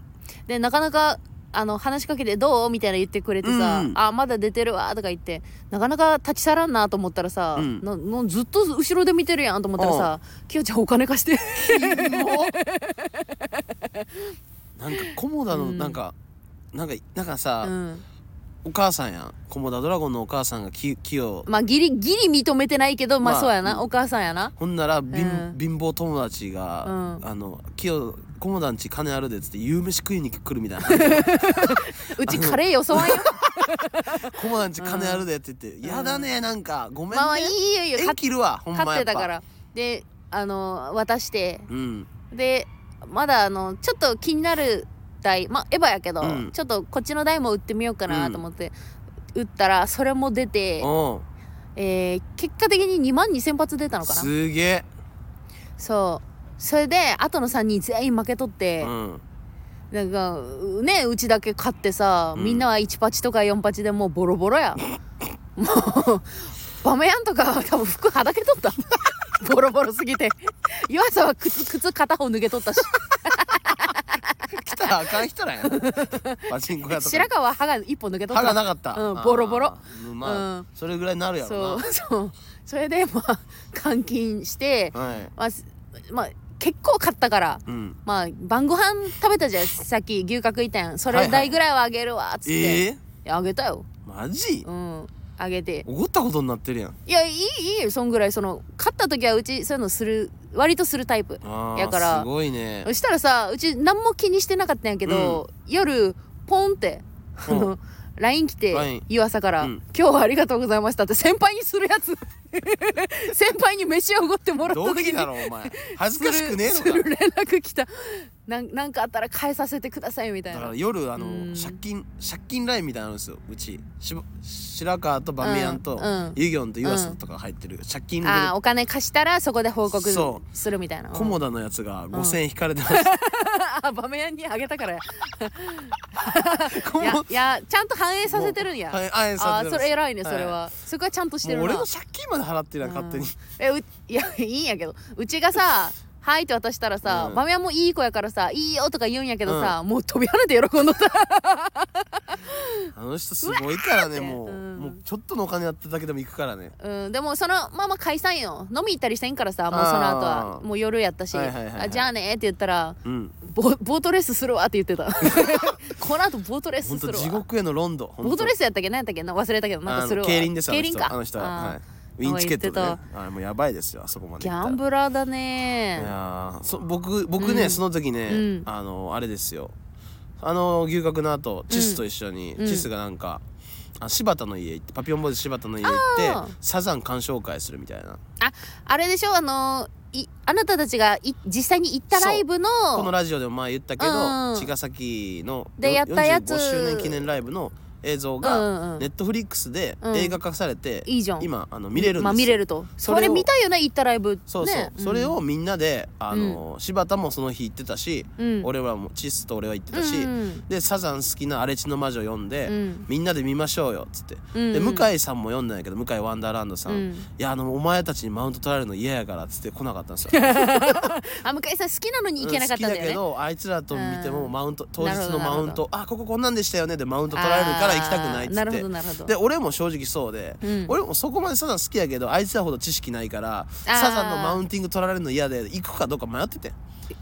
Speaker 1: でなかなかあの話しかけて「どう?」みたいな言ってくれてさ
Speaker 2: うん
Speaker 1: 「あまだ出てるわ」とか言ってなかなか立ち去らんなと思ったらさ、
Speaker 2: うん
Speaker 1: なのずっと後ろで見てるやんと思ったらさ「きよちゃんお金貸して」
Speaker 2: なんか菰田のなんか、なんかなんかさ、
Speaker 1: うん、
Speaker 2: お母さんやん菰田ドラゴンのお母さんがき木を
Speaker 1: まあギリギリ認めてないけどまあ
Speaker 2: まあ
Speaker 1: そうやな、
Speaker 2: うん
Speaker 1: お母さんやな
Speaker 2: ほんなら貧,、
Speaker 1: うん
Speaker 2: 貧乏友達が「
Speaker 1: うん
Speaker 2: あの木を菰田んち金あるで」っつって夕飯食いに来るみたいな 菰
Speaker 1: うちカレーよそわんよ
Speaker 2: 田んち金あるでって言って「やだねなんか ごめんね」
Speaker 1: まあまあいいよいいよ
Speaker 2: 縁
Speaker 1: 買っ
Speaker 2: 切るわほんまや
Speaker 1: 買
Speaker 2: っぱ
Speaker 1: ってたからであの渡して
Speaker 2: うん
Speaker 1: でまだあのちょっと気になる台まあエヴァやけど、
Speaker 2: うん
Speaker 1: ちょっとこっちの台も売ってみようかなと思って、打ったらそれも出て、
Speaker 2: おう
Speaker 1: えー結果的に2万2,000発出たのかな
Speaker 2: すげ
Speaker 1: そうそれで後の3人全員負けとっ
Speaker 2: え、
Speaker 1: て
Speaker 2: う、ん、
Speaker 1: なんかうねうちだけ勝ってさ、
Speaker 2: うん
Speaker 1: みんなは1パチとか4パチでもうボロボロ やもうバメヤンとか多分服はだけとった ボロボロすぎて湯浅は靴靴片方脱げと ったし
Speaker 2: 来たらあかん人ら やんパチンコ屋と
Speaker 1: 白
Speaker 2: か
Speaker 1: 川は歯が一本抜けとった
Speaker 2: 歯がなかった、
Speaker 1: うん
Speaker 2: あー
Speaker 1: ボロボロ
Speaker 2: まあ、
Speaker 1: うん
Speaker 2: それぐらいになるや
Speaker 1: そ
Speaker 2: ろ
Speaker 1: うそうそれでまあ監禁して
Speaker 2: なはい
Speaker 1: まあ、すまあ、結構買ったから
Speaker 2: うん
Speaker 1: まあ晩ご飯食べたじゃんさっき牛角移転そ
Speaker 2: はい
Speaker 1: れ
Speaker 2: はい
Speaker 1: 代ぐらいはあげるわっつって、
Speaker 2: ええ
Speaker 1: いやあげたよ
Speaker 2: マジ
Speaker 1: うんあげて
Speaker 2: 怒ったことになってるやん
Speaker 1: いやいいいいよそんぐらいその買った時はうちそういうのする割とするタイプ
Speaker 2: あー
Speaker 1: やから
Speaker 2: すごいね
Speaker 1: そしたらさうち何も気にしてなかったんやけど、夜ポンってあ
Speaker 2: うん
Speaker 1: の LINE 来て
Speaker 2: LINE
Speaker 1: 湯浅から、
Speaker 2: うん
Speaker 1: 今日はありがとうございました」って先輩にするやつ 先輩に飯をおごってもらった
Speaker 2: 同
Speaker 1: 時
Speaker 2: 期
Speaker 1: に
Speaker 2: だろお 前恥
Speaker 1: す
Speaker 2: ずか
Speaker 1: る
Speaker 2: しくねえの
Speaker 1: する
Speaker 2: か
Speaker 1: 連絡来たなんなんかあったら返させてくださいみたい
Speaker 2: だ
Speaker 1: な
Speaker 2: から夜あ
Speaker 1: う
Speaker 2: の
Speaker 1: ん
Speaker 2: 借金借金ラインみたいなのあるんですようちし白川とバメヤンと
Speaker 1: うんうん
Speaker 2: ユギョンとユアスとか入ってる借金グル
Speaker 1: あー
Speaker 2: ー
Speaker 1: お金貸したらそこで報告
Speaker 2: そ
Speaker 1: するみたいな
Speaker 2: プコモダのやつが5000円引かれ てます
Speaker 1: あバメヤンにあげたからや
Speaker 2: コ
Speaker 1: い
Speaker 2: モ
Speaker 1: やいやちゃんと反映させてるんや、
Speaker 2: はい反映さ
Speaker 1: あ
Speaker 2: せて
Speaker 1: ー
Speaker 2: ます
Speaker 1: それ偉いねそれは、
Speaker 2: は
Speaker 1: そこはちゃんとして
Speaker 2: も
Speaker 1: る
Speaker 2: う
Speaker 1: な
Speaker 2: 俺の借金まで払ってるやん勝手に
Speaker 1: うんえういやいいんやけどうちが さ「はい」って渡したらさ、
Speaker 2: うん
Speaker 1: バメヤンもいい子やからさ「いいよ」とか言うんやけどさ、もう飛び跳ねて喜んど った
Speaker 2: あの人すごいからね
Speaker 1: うわーって
Speaker 2: もう
Speaker 1: うん
Speaker 2: もうちょっとのお金やっただけでも行くからね
Speaker 1: うん、でもそのまあまあ解散よ飲み行ったりしてんからさもう
Speaker 2: あー
Speaker 1: その後はもう夜やったし「
Speaker 2: はいはいはいはい
Speaker 1: あじゃあね」って言ったら
Speaker 2: うん
Speaker 1: ボ「ボートレースするわ」って言ってた この後ボートレース
Speaker 2: 本
Speaker 1: す
Speaker 2: 当
Speaker 1: る
Speaker 2: 地
Speaker 1: わ
Speaker 2: 獄へのロンドン
Speaker 1: ボートレー
Speaker 2: ス
Speaker 1: スやったっけ何やったっけな忘れたけどなんかするわ
Speaker 2: 競輪ですあの
Speaker 1: 競
Speaker 2: 人
Speaker 1: 輪か
Speaker 2: あの人は
Speaker 1: あー
Speaker 2: はいウィンチケットで
Speaker 1: なん
Speaker 2: ね
Speaker 1: か
Speaker 2: はいもうやばいですよあそこまで
Speaker 1: ギ
Speaker 2: 行った
Speaker 1: ャ
Speaker 2: ら
Speaker 1: ンブラーだ
Speaker 2: い
Speaker 1: ね
Speaker 2: やーそ僕僕ね、
Speaker 1: うん
Speaker 2: その時ね、
Speaker 1: うん
Speaker 2: あのあれですよあの牛角の後チスと一緒に、
Speaker 1: うん
Speaker 2: チスがなんかあ柴田の家行ってパピオンボーイズ柴田の家行っ
Speaker 1: あ
Speaker 2: て
Speaker 1: ー
Speaker 2: サザン鑑賞会するみたいな
Speaker 1: ああれでしょあのいあなたたちがい実際に行ったライブの
Speaker 2: このラジオでも前言ったけ
Speaker 1: うんうん
Speaker 2: ど茅ヶ崎の
Speaker 1: でやったやつ
Speaker 2: 45周年記念ライブの映像
Speaker 1: うんう
Speaker 2: が
Speaker 1: ん
Speaker 2: ネットフリックスで
Speaker 1: うん
Speaker 2: 映画化されて、
Speaker 1: いいじゃん
Speaker 2: 今あの見れるんですよ、
Speaker 1: まあ、見れるとそ
Speaker 2: それを
Speaker 1: れ見たいよね行ったライブ
Speaker 2: そうそう、
Speaker 1: ね
Speaker 2: それをみんなであの、柴田もその日行ってたし、
Speaker 1: うん
Speaker 2: 俺はもうチスと俺は行ってたし、
Speaker 1: うんうん
Speaker 2: でサザン好きな「荒地の魔女」読んで、
Speaker 1: うん
Speaker 2: みんなで見ましょうよっつって、
Speaker 1: うん
Speaker 2: で
Speaker 1: うん
Speaker 2: 向井さんも読んだんやけど向井ワンダーランドさん、
Speaker 1: うん
Speaker 2: いやあのお前たちにマウント取られるの嫌やからっつって来なかったんですよ
Speaker 1: あ向井さん好きなのに行けなかったんだよ
Speaker 2: 好きだけ
Speaker 1: ね、
Speaker 2: どあいつらと見ても
Speaker 1: うん
Speaker 2: マウント当日
Speaker 1: なるほ
Speaker 2: の
Speaker 1: どなる
Speaker 2: マ
Speaker 1: ほど
Speaker 2: ウントあこここんなんでしたよねでマウント
Speaker 1: あー
Speaker 2: 取られるから行きたくないっつって
Speaker 1: なるほどなるほど
Speaker 2: で俺も正直そうで、
Speaker 1: うん
Speaker 2: 俺もそこまでサザン好きやけどあいつらほど知識ないから
Speaker 1: ー
Speaker 2: サザンのマウンティング取られるの嫌で行くかどうか迷ってて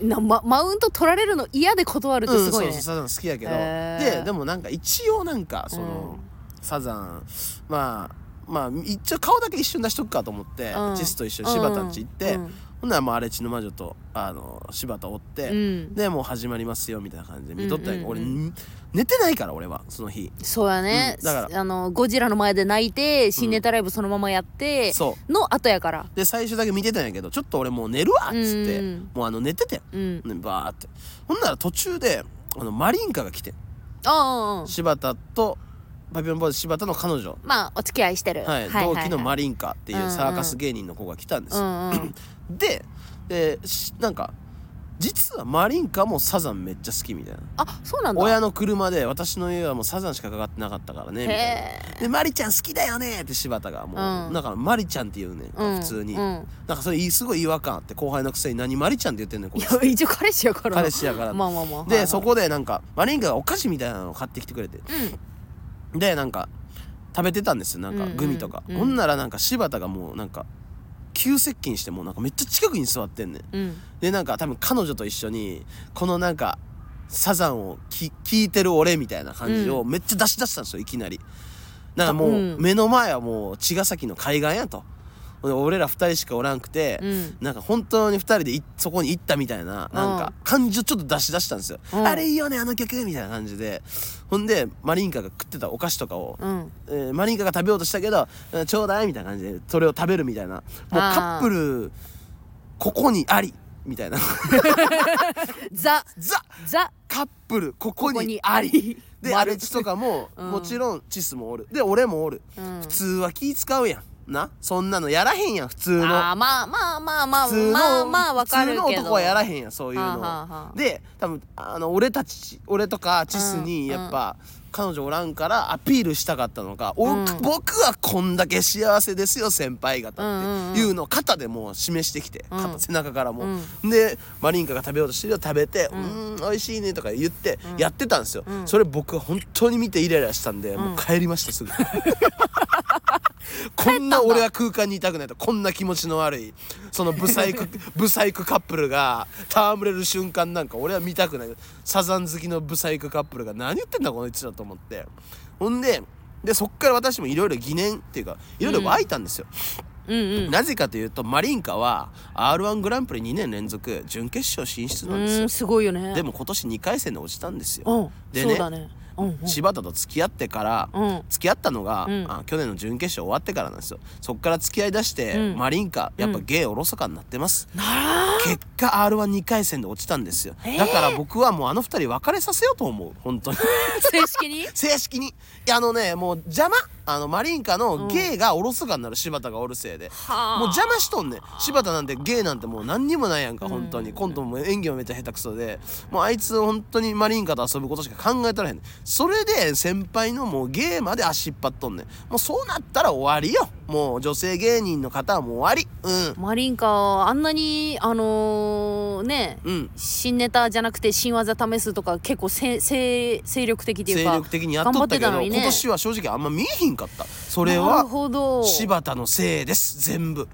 Speaker 2: ん
Speaker 1: なま、マウント取られるの嫌で断るってすごいね、
Speaker 2: うん、そうそうサザン好きやけど、
Speaker 1: へー
Speaker 2: ででもなんか一応なんかその、
Speaker 1: うん
Speaker 2: サザンまあまあ一応顔だけ一瞬出しとくかと思って、
Speaker 1: うん
Speaker 2: チスと一緒に柴田んち行って、
Speaker 1: うん
Speaker 2: ほんならもう荒地の魔女とあの柴田追って、
Speaker 1: うん
Speaker 2: でもう始まりますよみたいな感じで見とったんやけど、
Speaker 1: うんうんう
Speaker 2: 俺寝てないから俺はその日
Speaker 1: そうやね、
Speaker 2: うんだから
Speaker 1: あのゴジラの前で泣いて新ネタライブそのままやって、
Speaker 2: そ
Speaker 1: の後やから
Speaker 2: で最初だけ見てたんやけどちょっと俺もう寝るわっつって、
Speaker 1: うんうん
Speaker 2: もうあの寝ててん
Speaker 1: うん
Speaker 2: ねバーってほんなら途中であのマリンカが来てん
Speaker 1: ああ
Speaker 2: 柴田とパピオンボーイズ柴田の彼女、
Speaker 1: まあお付き合いしてる、
Speaker 2: はい同期のマリンカっていうサーカス芸人の子が来たんです
Speaker 1: う
Speaker 2: よ、
Speaker 1: んうん
Speaker 2: ででしなんか実はマリンカもサザンめっちゃ好きみたいな
Speaker 1: あそうなんだ
Speaker 2: 親の車で私の家はもうサザンしかかかってなかったからねみたいな
Speaker 1: へえ
Speaker 2: で「マリちゃん好きだよね」って柴田がもう、
Speaker 1: うん
Speaker 2: だから「マリちゃん」って言うねんか、普通に、
Speaker 1: うんうん
Speaker 2: なんかそれいいすごい違和感あって後輩のくせに「何マリちゃん」って言ってんねんこ
Speaker 1: い
Speaker 2: い
Speaker 1: や
Speaker 2: つ
Speaker 1: 一応彼氏やから
Speaker 2: 彼氏やから
Speaker 1: まあまあまあ
Speaker 2: で、
Speaker 1: はいはい
Speaker 2: そこでなんかマリンカがお菓子みたいなのを買ってきてくれて、でなんか食べてたんですよなんか
Speaker 1: うんうん
Speaker 2: グミとか、
Speaker 1: うん
Speaker 2: ほんならなんか柴田がもうなんか急接近してもうなんかめっちゃ近くに座ってんねん
Speaker 1: うん
Speaker 2: でなんか多分彼女と一緒にこのなんかサザンをき聞いてる俺みたいな感じをめっちゃ出し出したんですよいきなりなんかも
Speaker 1: う
Speaker 2: うん目の前はもう茅ヶ崎の海岸やとで俺ら二人しかおらんくて、
Speaker 1: うん
Speaker 2: なんか本当に二人でいそこに行ったみたいななんか感情ちょっと出し出したんですよ、
Speaker 1: うん
Speaker 2: あれいいよねあの曲みたいな感じでほんでマリンカが食ってたお菓子とかを、
Speaker 1: うん
Speaker 2: えーマリンカが食べようとしたけどうん「ちょうだい」みたいな感じでそれを食べるみたいなもうカップルここにありみたいな
Speaker 1: ザ
Speaker 2: ザ
Speaker 1: ザ
Speaker 2: カップルここ
Speaker 1: ここ
Speaker 2: に
Speaker 1: に
Speaker 2: あ
Speaker 1: あ
Speaker 2: り
Speaker 1: り
Speaker 2: でア
Speaker 1: 丸
Speaker 2: レチとかも、
Speaker 1: うん
Speaker 2: もちろんチスもおるで俺もおる、
Speaker 1: うん
Speaker 2: 普通は気使うやんなそんなのやらへんやん普通の
Speaker 1: あーまあまあまあまあ
Speaker 2: 普通の、
Speaker 1: まあまあわかるけど
Speaker 2: 普通の男はやらへんやんそういうのを
Speaker 1: はあはあはあ
Speaker 2: で多分あの俺たち俺とかチスにやっぱ、彼女おらんからアピールしたかったのか、お
Speaker 1: うん
Speaker 2: 僕はこんだけ幸せですよ先輩方ってい
Speaker 1: うんうん
Speaker 2: うのを肩でもう示してきて、
Speaker 1: うん
Speaker 2: 肩背中からも、
Speaker 1: う
Speaker 2: でマリンカが食べようとしてるよ食べて「うん美味しいね」とか言ってやってたんですよ、それ僕は本当に見てイライラしたんで、もう帰りましたすぐこんな俺は空間にいたくないとこんな気持ちの悪いそのブサ イクブサイクカップルが戯れる瞬間なんか俺は見たくないサザン好きのブサイクカップルが何言ってんだこのいつだと思ってほんででそっから私もいろいろ疑念っていうかいろいろ湧いたんですよ、
Speaker 1: うんうん
Speaker 2: なぜかというとマリンカは r 1グランプリ2年連続準決勝進出なんです
Speaker 1: う
Speaker 2: よ
Speaker 1: んすごいよね
Speaker 2: でも今年2回戦で落ちたんですよ、
Speaker 1: うん
Speaker 2: でね
Speaker 1: そうだねうんうん
Speaker 2: 柴田と付き合ってから、
Speaker 1: うん
Speaker 2: 付き合ったのが、
Speaker 1: うん
Speaker 2: あ去年の準決勝終わってからなんですよそっから付き合いだして、
Speaker 1: うん
Speaker 2: マリンカやっぱ芸おろそかになってます、
Speaker 1: あ
Speaker 2: 結果 r 1 2回戦で落ちたんですよ、
Speaker 1: えー
Speaker 2: だから僕はもうあの2人別れさせようと思う本当に
Speaker 1: ー正式に
Speaker 2: 正式にいやあのねもう邪魔あのマリンカの芸がおろそかになる柴田がおるせいで、
Speaker 1: はあ
Speaker 2: もう邪魔しとんねん柴田なんて芸なんてもう何にもないやんか本当にコントも演技もめっちゃ下手くそでもうあいつ本当にマリンカと遊ぶことしか考えたらへんそれで先輩のもう芸まで足引っ張っとんねんもうそうなったら終わりよもう女性芸人の方はもう終わりうん
Speaker 1: マリンカはあんなにあのーね、
Speaker 2: うん
Speaker 1: 新ネタじゃなくて新技試すとか結構せせ精力的ってい
Speaker 2: 精
Speaker 1: うか
Speaker 2: 力的にやっとったけ
Speaker 1: 頑張
Speaker 2: ど
Speaker 1: て
Speaker 2: 今年は正直あんま見えへんかったそれ
Speaker 1: なる
Speaker 2: は
Speaker 1: ほど
Speaker 2: 柴田のせいです全部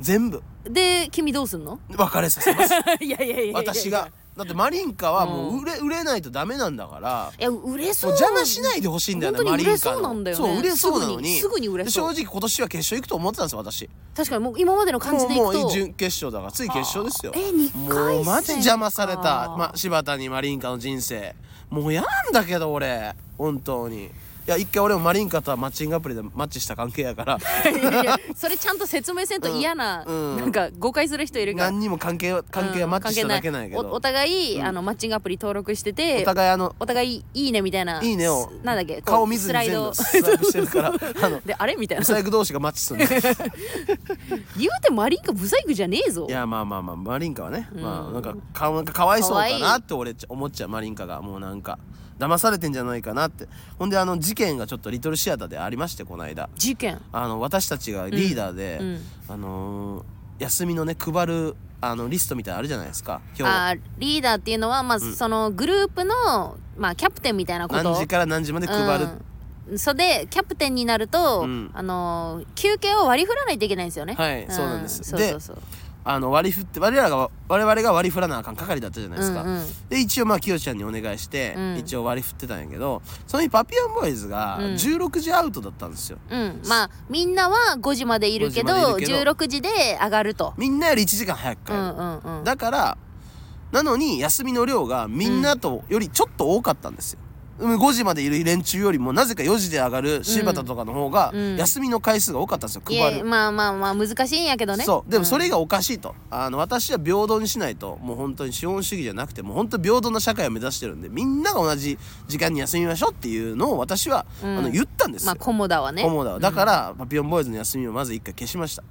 Speaker 2: 全部
Speaker 1: で君どうすん の
Speaker 2: 別れさせます
Speaker 1: いやいやいやいや
Speaker 2: 私がだってマリンカはもう売れ売れないとダメなんだから
Speaker 1: いや売れそ
Speaker 2: そうう邪魔しないでほしいんだよね
Speaker 1: 本当
Speaker 2: マ
Speaker 1: に
Speaker 2: リ
Speaker 1: 売
Speaker 2: ン
Speaker 1: れ
Speaker 2: カ
Speaker 1: そうな
Speaker 2: の
Speaker 1: んだよね
Speaker 2: そう売れそうな
Speaker 1: す
Speaker 2: のに
Speaker 1: ぐにすぐに売れそう
Speaker 2: で正直今年は決勝行くと思ってたんですよ私
Speaker 1: 確かにもう今までの感じでい
Speaker 2: も
Speaker 1: く
Speaker 2: うも
Speaker 1: と
Speaker 2: う準決勝だからつい決勝ですよ
Speaker 1: あえ二回戦か
Speaker 2: もうマジ邪魔された、ま、柴田にマリンカの人生もうやなんだけど俺本当にいや一回俺もマリンカとはマッチングアプリでマッチした関係や から
Speaker 1: いやいやそれちゃんと説明せんと嫌な、
Speaker 2: うん
Speaker 1: なんか誤解する人いるから
Speaker 2: 何にも関係は関係はマッチしただけなんやけど、
Speaker 1: うん関係ないおお互い、あのマッチングアプリ登録してて
Speaker 2: お互いあの
Speaker 1: お互いいいねみたいな。
Speaker 2: いいねを
Speaker 1: なんだっけ。こう
Speaker 2: 顔見
Speaker 1: ス
Speaker 2: ずに
Speaker 1: ライ
Speaker 2: 全
Speaker 1: ド
Speaker 2: 部。スライドしてるから あの
Speaker 1: で、あれみたいな
Speaker 2: ブ。サイク同士がマッチするん だ
Speaker 1: 言うてマリンカブサイクじゃねえぞ
Speaker 2: い。やまあまあまあマリンカはね、まあなんかかなんかかわいそうかなって俺ちょ思っちゃうマリンカがもうなんか騙されてんじゃないかなってほんであの事件がちょっとリトルシアターでありましてこの間
Speaker 1: 事件。
Speaker 2: あの私たちがリーダーで、
Speaker 1: うんうん
Speaker 2: あのー休みのね配るあのリストみたいなのあるじゃないですか今日
Speaker 1: あー、リーダーっていうのはまあそのグループのまあキャプテンみたいなこと。
Speaker 2: 何時から何時まで配る、
Speaker 1: うんそれでキャプテンになると、
Speaker 2: うん
Speaker 1: あのー休憩を割り振らないといけないんですよね。
Speaker 2: はいそうなんです
Speaker 1: そうそうそう。
Speaker 2: あの割り振って我々が我々が割り振らなあかん係だったじゃないですか、
Speaker 1: うんうん
Speaker 2: で一応まあきよちゃんにお願いして、
Speaker 1: うん
Speaker 2: 一応割り振ってたんやけどその日パピアンボーイズが
Speaker 1: うん
Speaker 2: 16時アウトだったんですよ、
Speaker 1: うん、まあみんなは5時までいるけど
Speaker 2: 5時までいるけど
Speaker 1: 16時で上がると。
Speaker 2: みんなより1時間早く帰
Speaker 1: う
Speaker 2: る、
Speaker 1: んうんうん、
Speaker 2: だからなのに休みの量がみんなとよりちょっと多かったんですよ、うん5時までいる連中よりもなぜか4時で上がる柴田とかの方が
Speaker 1: うん
Speaker 2: 休みの回数が多かったんですよ
Speaker 1: い
Speaker 2: 配
Speaker 1: や
Speaker 2: る、
Speaker 1: まあまあまあ難しいんやけどね。
Speaker 2: そうでもそれ
Speaker 1: が、
Speaker 2: がおかしいと、あの私は平等にしないともう本当に資本主義じゃなくてもう本当平等な社会を目指してるんでみんなが同じ時間に休みましょうっていうのを私は、
Speaker 1: うん
Speaker 2: あの言ったんです
Speaker 1: ま
Speaker 2: よ、
Speaker 1: あコモダはね。
Speaker 2: 菰田はだから、パピオンボーイズの休みをまず一回消しました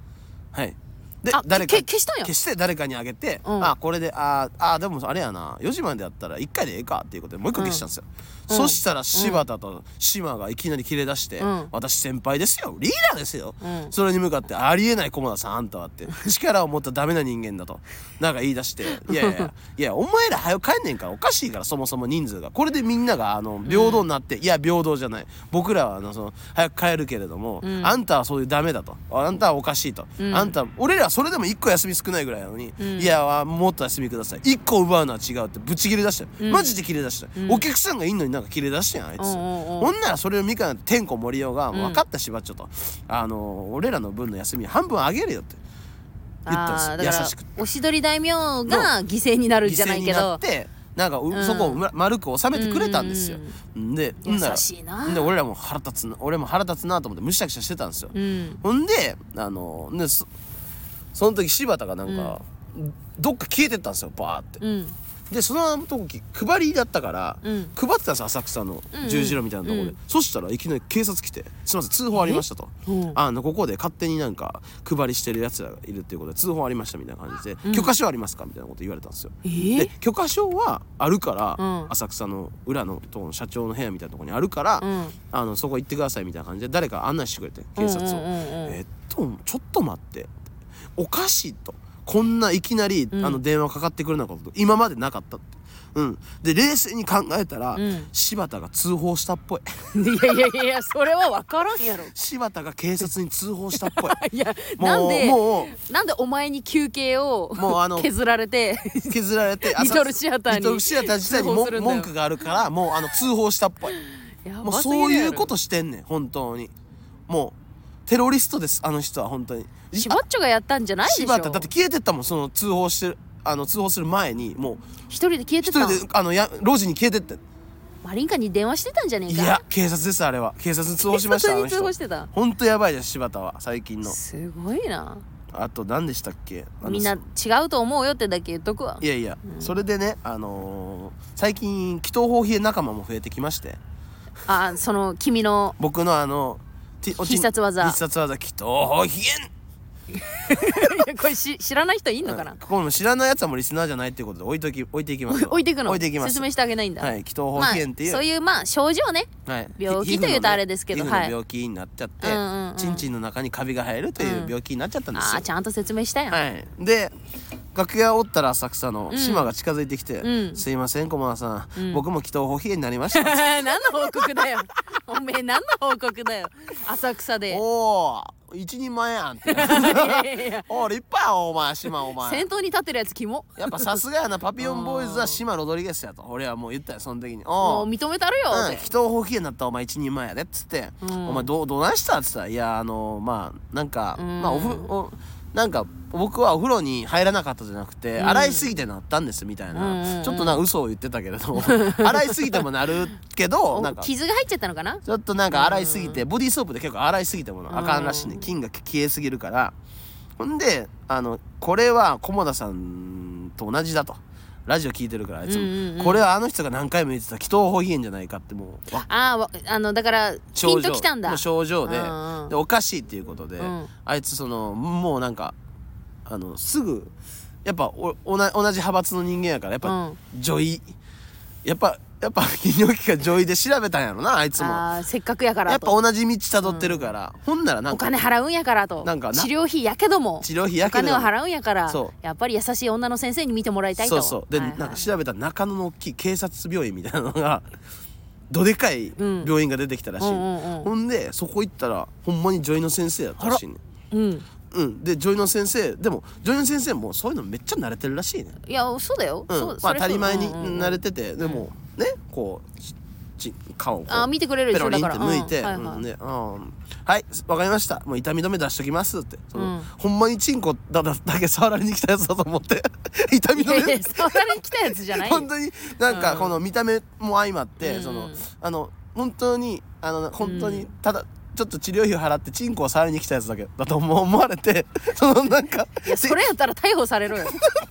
Speaker 2: はいで
Speaker 1: あ
Speaker 2: 誰か
Speaker 1: け消したんや
Speaker 2: 消して誰かにあげて、
Speaker 1: うん
Speaker 2: あこれであーあーでもあれやな4時までやったら1回でええかっていうことでもう一個消したんですよ、
Speaker 1: うん
Speaker 2: そしたら柴田と島がいきなり切れ出して、
Speaker 1: うん
Speaker 2: 私先輩ですよリーダーですよ、
Speaker 1: うん
Speaker 2: それに向かって「ありえない駒田さんあんたは」って「力を持ったダメな人間だ」となんか言い出して「いやいやいやいやお前ら早く帰んねんからおかしいからそもそも人数がこれでみんながあの平等になって、いや平等じゃない僕らはあのその早く帰るけれども、
Speaker 1: ん
Speaker 2: あんたはそういうダメだとあんたはおかしいと、
Speaker 1: うん
Speaker 2: あんた俺らそれでも1個休み少ないぐらいなのに、
Speaker 1: ん
Speaker 2: いやもっと休みください1個奪うのは違うってぶち切れ出したよ、
Speaker 1: ん
Speaker 2: マジで切れ出したよ、
Speaker 1: ん
Speaker 2: お客さんがいんのになんか切れ出したやんあいつ、
Speaker 1: おうおうお
Speaker 2: ほ
Speaker 1: うん
Speaker 2: ならそれをみかん天子森雄が
Speaker 1: ん
Speaker 2: 「分かったしばっちょ」と「あの俺らの分の休み半分あげるよ」って言っ
Speaker 1: あ
Speaker 2: たん
Speaker 1: ー
Speaker 2: で
Speaker 1: だ
Speaker 2: す
Speaker 1: か
Speaker 2: よ
Speaker 1: ら
Speaker 2: 優しく
Speaker 1: おしどり大名が犠牲になるんじゃないけ
Speaker 2: 犠牲にな
Speaker 1: ど
Speaker 2: っ。てなんかう、
Speaker 1: うん
Speaker 2: そこをま丸く収めてくれたんですよ、でんなら
Speaker 1: 優しいなん
Speaker 2: で俺らも腹立つな俺も腹立つなと思ってむしゃくしゃしてたんですよ、
Speaker 1: うん。
Speaker 2: ほんであのねそその時柴田がなんか、どっか消えてったんですよバーって
Speaker 1: うん。
Speaker 2: でその時配りだったから、
Speaker 1: うん
Speaker 2: 配ってたんです浅草の
Speaker 1: うんうん
Speaker 2: 十字路みたいなところで、
Speaker 1: うん
Speaker 2: そしたらいきなり警察来て「すいません通報ありました」と
Speaker 1: うん
Speaker 2: 「あのここで勝手になんか配りしてるやつらがいるっていうことで通報ありました」みたいな感じで「許可証ありますか?」みたいなこと言われたんですよ。
Speaker 1: え
Speaker 2: で許可証はあるから、
Speaker 1: うん
Speaker 2: 浅草の裏のとこの社長の部屋みたいなところにあるから、
Speaker 1: うん
Speaker 2: あのそこ行ってくださいみたいな感じで誰か案内してくれて警察を、
Speaker 1: うんうんうんうん
Speaker 2: えっとちょっと待っておかしいとこんないきなり、あの電話かかってくるなんかこと今までなかったってうんで冷静に考えたら、
Speaker 1: うん
Speaker 2: 柴田が通報したっぽい
Speaker 1: いやいやいやいやそれは分からんやろ。
Speaker 2: 柴田が警察に通報したっぽい
Speaker 1: いや
Speaker 2: も う
Speaker 1: なんで
Speaker 2: もう
Speaker 1: なんでお前に休憩を
Speaker 2: もうあ の
Speaker 1: 削られ て
Speaker 2: 削られて
Speaker 1: リトルシアターに
Speaker 2: リトルシアター自体に
Speaker 1: 通報
Speaker 2: も
Speaker 1: するんだよ
Speaker 2: 文句があるからもうあの通報したっぽい
Speaker 1: や
Speaker 2: もう
Speaker 1: ばすぎる
Speaker 2: そうい
Speaker 1: や
Speaker 2: う
Speaker 1: ろ
Speaker 2: ことしてんねん本当にもうテロリストですあの人は本当に
Speaker 1: しばっちょがやったんじゃないでしょ
Speaker 2: 柴田だって消えてったもんその通報してるあの通報する前にもう
Speaker 1: 一人で消えて
Speaker 2: 一
Speaker 1: た
Speaker 2: 人
Speaker 1: ん
Speaker 2: であのや路地に消えてって
Speaker 1: マリンカに電話してたんじゃねえ
Speaker 2: い
Speaker 1: か
Speaker 2: や警察ですあれは警察に通報しました
Speaker 1: 警
Speaker 2: あ
Speaker 1: 察
Speaker 2: の
Speaker 1: に
Speaker 2: 人
Speaker 1: 通報してた
Speaker 2: ほんとやばいです柴田は最近の
Speaker 1: すごいな
Speaker 2: あと何でしたっけあの
Speaker 1: みんな違うと思うよってだけ言っとくわ
Speaker 2: いやいや、それでねあのー最近祈祷法比叡仲間も増えてきまして
Speaker 1: あその君の
Speaker 2: 僕のあのておち
Speaker 1: 必殺技
Speaker 2: 必殺技祈祷法比叡
Speaker 1: これし知らない人いんのかな、
Speaker 2: ここの知らないやつはもうリスナーじゃないっていうことで置いとき置いていきますよ
Speaker 1: 置いていくの
Speaker 2: 置いていきます
Speaker 1: 説明してあげないんだ、
Speaker 2: はい祈祷法
Speaker 1: まあ
Speaker 2: 比叡っていう、
Speaker 1: そういうまあ症状ね
Speaker 2: はい、
Speaker 1: 病気
Speaker 2: 皮膚
Speaker 1: と
Speaker 2: の
Speaker 1: いうと
Speaker 2: ね
Speaker 1: あれですけど
Speaker 2: 皮膚の
Speaker 1: はい
Speaker 2: 病気になっちゃって、
Speaker 1: うんうんうん
Speaker 2: ちんちんの中にカビが生えるという病気になっちゃったんです
Speaker 1: あ
Speaker 2: よ、
Speaker 1: あちゃんと説明したやん、
Speaker 2: はい、で楽屋おったら浅草の
Speaker 1: ん
Speaker 2: 島が近づいてきて「
Speaker 1: うん
Speaker 2: すいません駒田さ
Speaker 1: う
Speaker 2: ん、
Speaker 1: ん
Speaker 2: 僕も祈祷法冷えになり ました」
Speaker 1: 何の報告だよおめえ何の報告だよ浅草で
Speaker 2: おお一人前やん」って
Speaker 1: いやいやいや
Speaker 2: 「おお立派やお前島お前
Speaker 1: 先」頭に立ってるやつキモ
Speaker 2: やっぱさすがやなパピオンボーイズは島ロドリゲスやと俺はもう言ったよその時に「お
Speaker 1: も
Speaker 2: お
Speaker 1: う認めたるよ
Speaker 2: うん
Speaker 1: って、
Speaker 2: 人を放棄になったお前一人前やでっつって、
Speaker 1: うん
Speaker 2: お前どうどないしたっつったらいやあのまあなんか、
Speaker 1: ん
Speaker 2: まあおふおなんか僕はお風呂に入らなかったじゃなくて、
Speaker 1: うん
Speaker 2: 洗いすぎてなったんですみたいな、
Speaker 1: うんうんうん
Speaker 2: ちょっとな嘘を言ってたけ れども洗いすぎてもなるけど
Speaker 1: お
Speaker 2: なんかち
Speaker 1: 傷が入っちゃったのかな
Speaker 2: ょっとなんか洗いすぎて、ボディーソープで結構洗いすぎてもなあかんらしいね、
Speaker 1: うん
Speaker 2: 菌が消えすぎるからほんであのこれは菰田さんと同じだと。ラジオ聞いてるからあいつも、
Speaker 1: うんうんうん
Speaker 2: これはあの人が何回も言ってた祈祷法言えんじゃないかってもうわ
Speaker 1: ああわあのだからピ
Speaker 2: 症
Speaker 1: ンと
Speaker 2: 状
Speaker 1: きたんだ
Speaker 2: の症状で,、
Speaker 1: うんうん
Speaker 2: でおかしいっていうことで、
Speaker 1: うん
Speaker 2: あいつそのもうなんかあのすぐやっぱおおな同じ派閥の人間やからやっぱ、女医やっぱやっぱ泌尿器科女医で調べたんやろなあいつもや
Speaker 1: あーせっかくやから
Speaker 2: っぱ
Speaker 1: と
Speaker 2: 同じ道たどってるから、ほんならな
Speaker 1: お
Speaker 2: んか
Speaker 1: 金払うんやからと
Speaker 2: なんかな
Speaker 1: 治療費やけども
Speaker 2: 治療費やけれど
Speaker 1: お
Speaker 2: も
Speaker 1: 金を払うんやから
Speaker 2: そ
Speaker 1: やっぱり優しい女の先生に見てもらいたいと
Speaker 2: そうそうで、
Speaker 1: はいはい
Speaker 2: なんか調べたら中野の大きい警察病院みたいなのが どでかい病院が出てきたらしい、
Speaker 1: うんうんうんうん
Speaker 2: ほんでそこ行ったらほんまに女医の先生やったらしいね
Speaker 1: うん
Speaker 2: うんで女優の先生でも女優の先生もそういうのめっちゃ慣れてるらしいね
Speaker 1: いやそうだよ、
Speaker 2: うん
Speaker 1: そう
Speaker 2: まあ
Speaker 1: それ
Speaker 2: 当たり前に
Speaker 1: うんうんうん
Speaker 2: 慣れてて、でもねこうちち顔をこう
Speaker 1: あ見てくれる
Speaker 2: ペ
Speaker 1: でし
Speaker 2: ロ
Speaker 1: ょ
Speaker 2: リ
Speaker 1: だ
Speaker 2: ン
Speaker 1: か
Speaker 2: って
Speaker 1: ら
Speaker 2: 抜いて「
Speaker 1: うんはい
Speaker 2: うん
Speaker 1: はい
Speaker 2: ねうんはいわかりましたもう痛み止め出しときます」ってその、
Speaker 1: うん
Speaker 2: ほんまにチンコだだだけ触られに来たやつだと思って 痛み
Speaker 1: いや
Speaker 2: 止
Speaker 1: いや
Speaker 2: め
Speaker 1: 触られに来たやつじゃないよ
Speaker 2: 本当になんか
Speaker 1: うん
Speaker 2: この見た目も相まって、
Speaker 1: うん
Speaker 2: そのあの本当にあの本当にただ、ちょっと治療費を払ってチンコを触りに来たやつだけだと思思われて そのなんか
Speaker 1: いやそれやったら逮捕され ろよ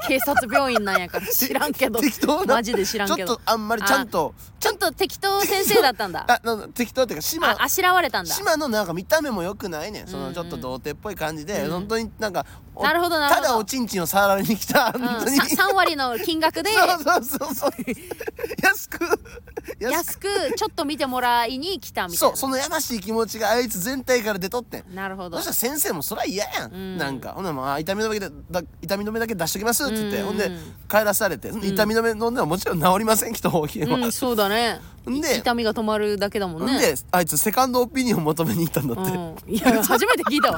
Speaker 1: 警察病院なんやから知らんけど
Speaker 2: 適当な
Speaker 1: マジで知らんけ
Speaker 2: ちょ
Speaker 1: ど
Speaker 2: っとあんまりちゃんと
Speaker 1: ちょっと適当先生だったんだ
Speaker 2: あなんだ適当っていうか島
Speaker 1: ああしらわれたんだ
Speaker 2: 島のなんか見た目も良くないねんそ
Speaker 1: うんう
Speaker 2: の
Speaker 1: ん
Speaker 2: ちょっと童貞っぽい感じで、
Speaker 1: うん
Speaker 2: 本当になんかお
Speaker 1: なるほどなるほ
Speaker 2: た
Speaker 1: ど
Speaker 2: だおちんちんを触られに来た本当
Speaker 1: う
Speaker 2: に、
Speaker 1: ん、さ3割の金額で
Speaker 2: そうそうそうそう安く安く
Speaker 1: 安くちょっと見てもらいに来たみたい
Speaker 2: そ
Speaker 1: な
Speaker 2: うそのやましい気持ちがあいつ全体から出とってん
Speaker 1: なるほど
Speaker 2: そしたら先生もそりゃ嫌やん、
Speaker 1: うん
Speaker 2: なんかほんならまあ痛み止めだけだ痛み止めだけ出しときますって言って、
Speaker 1: うん
Speaker 2: ほんで帰らされて、痛み止め飲んでももちろん治りませんきっとお昼は、
Speaker 1: うんそうだね
Speaker 2: んで
Speaker 1: 痛みが止まるだけだもん
Speaker 2: ほん
Speaker 1: ね
Speaker 2: であいつセカンドオピニオン求めに行ったんだって、
Speaker 1: うん、いや初めて聞いた わ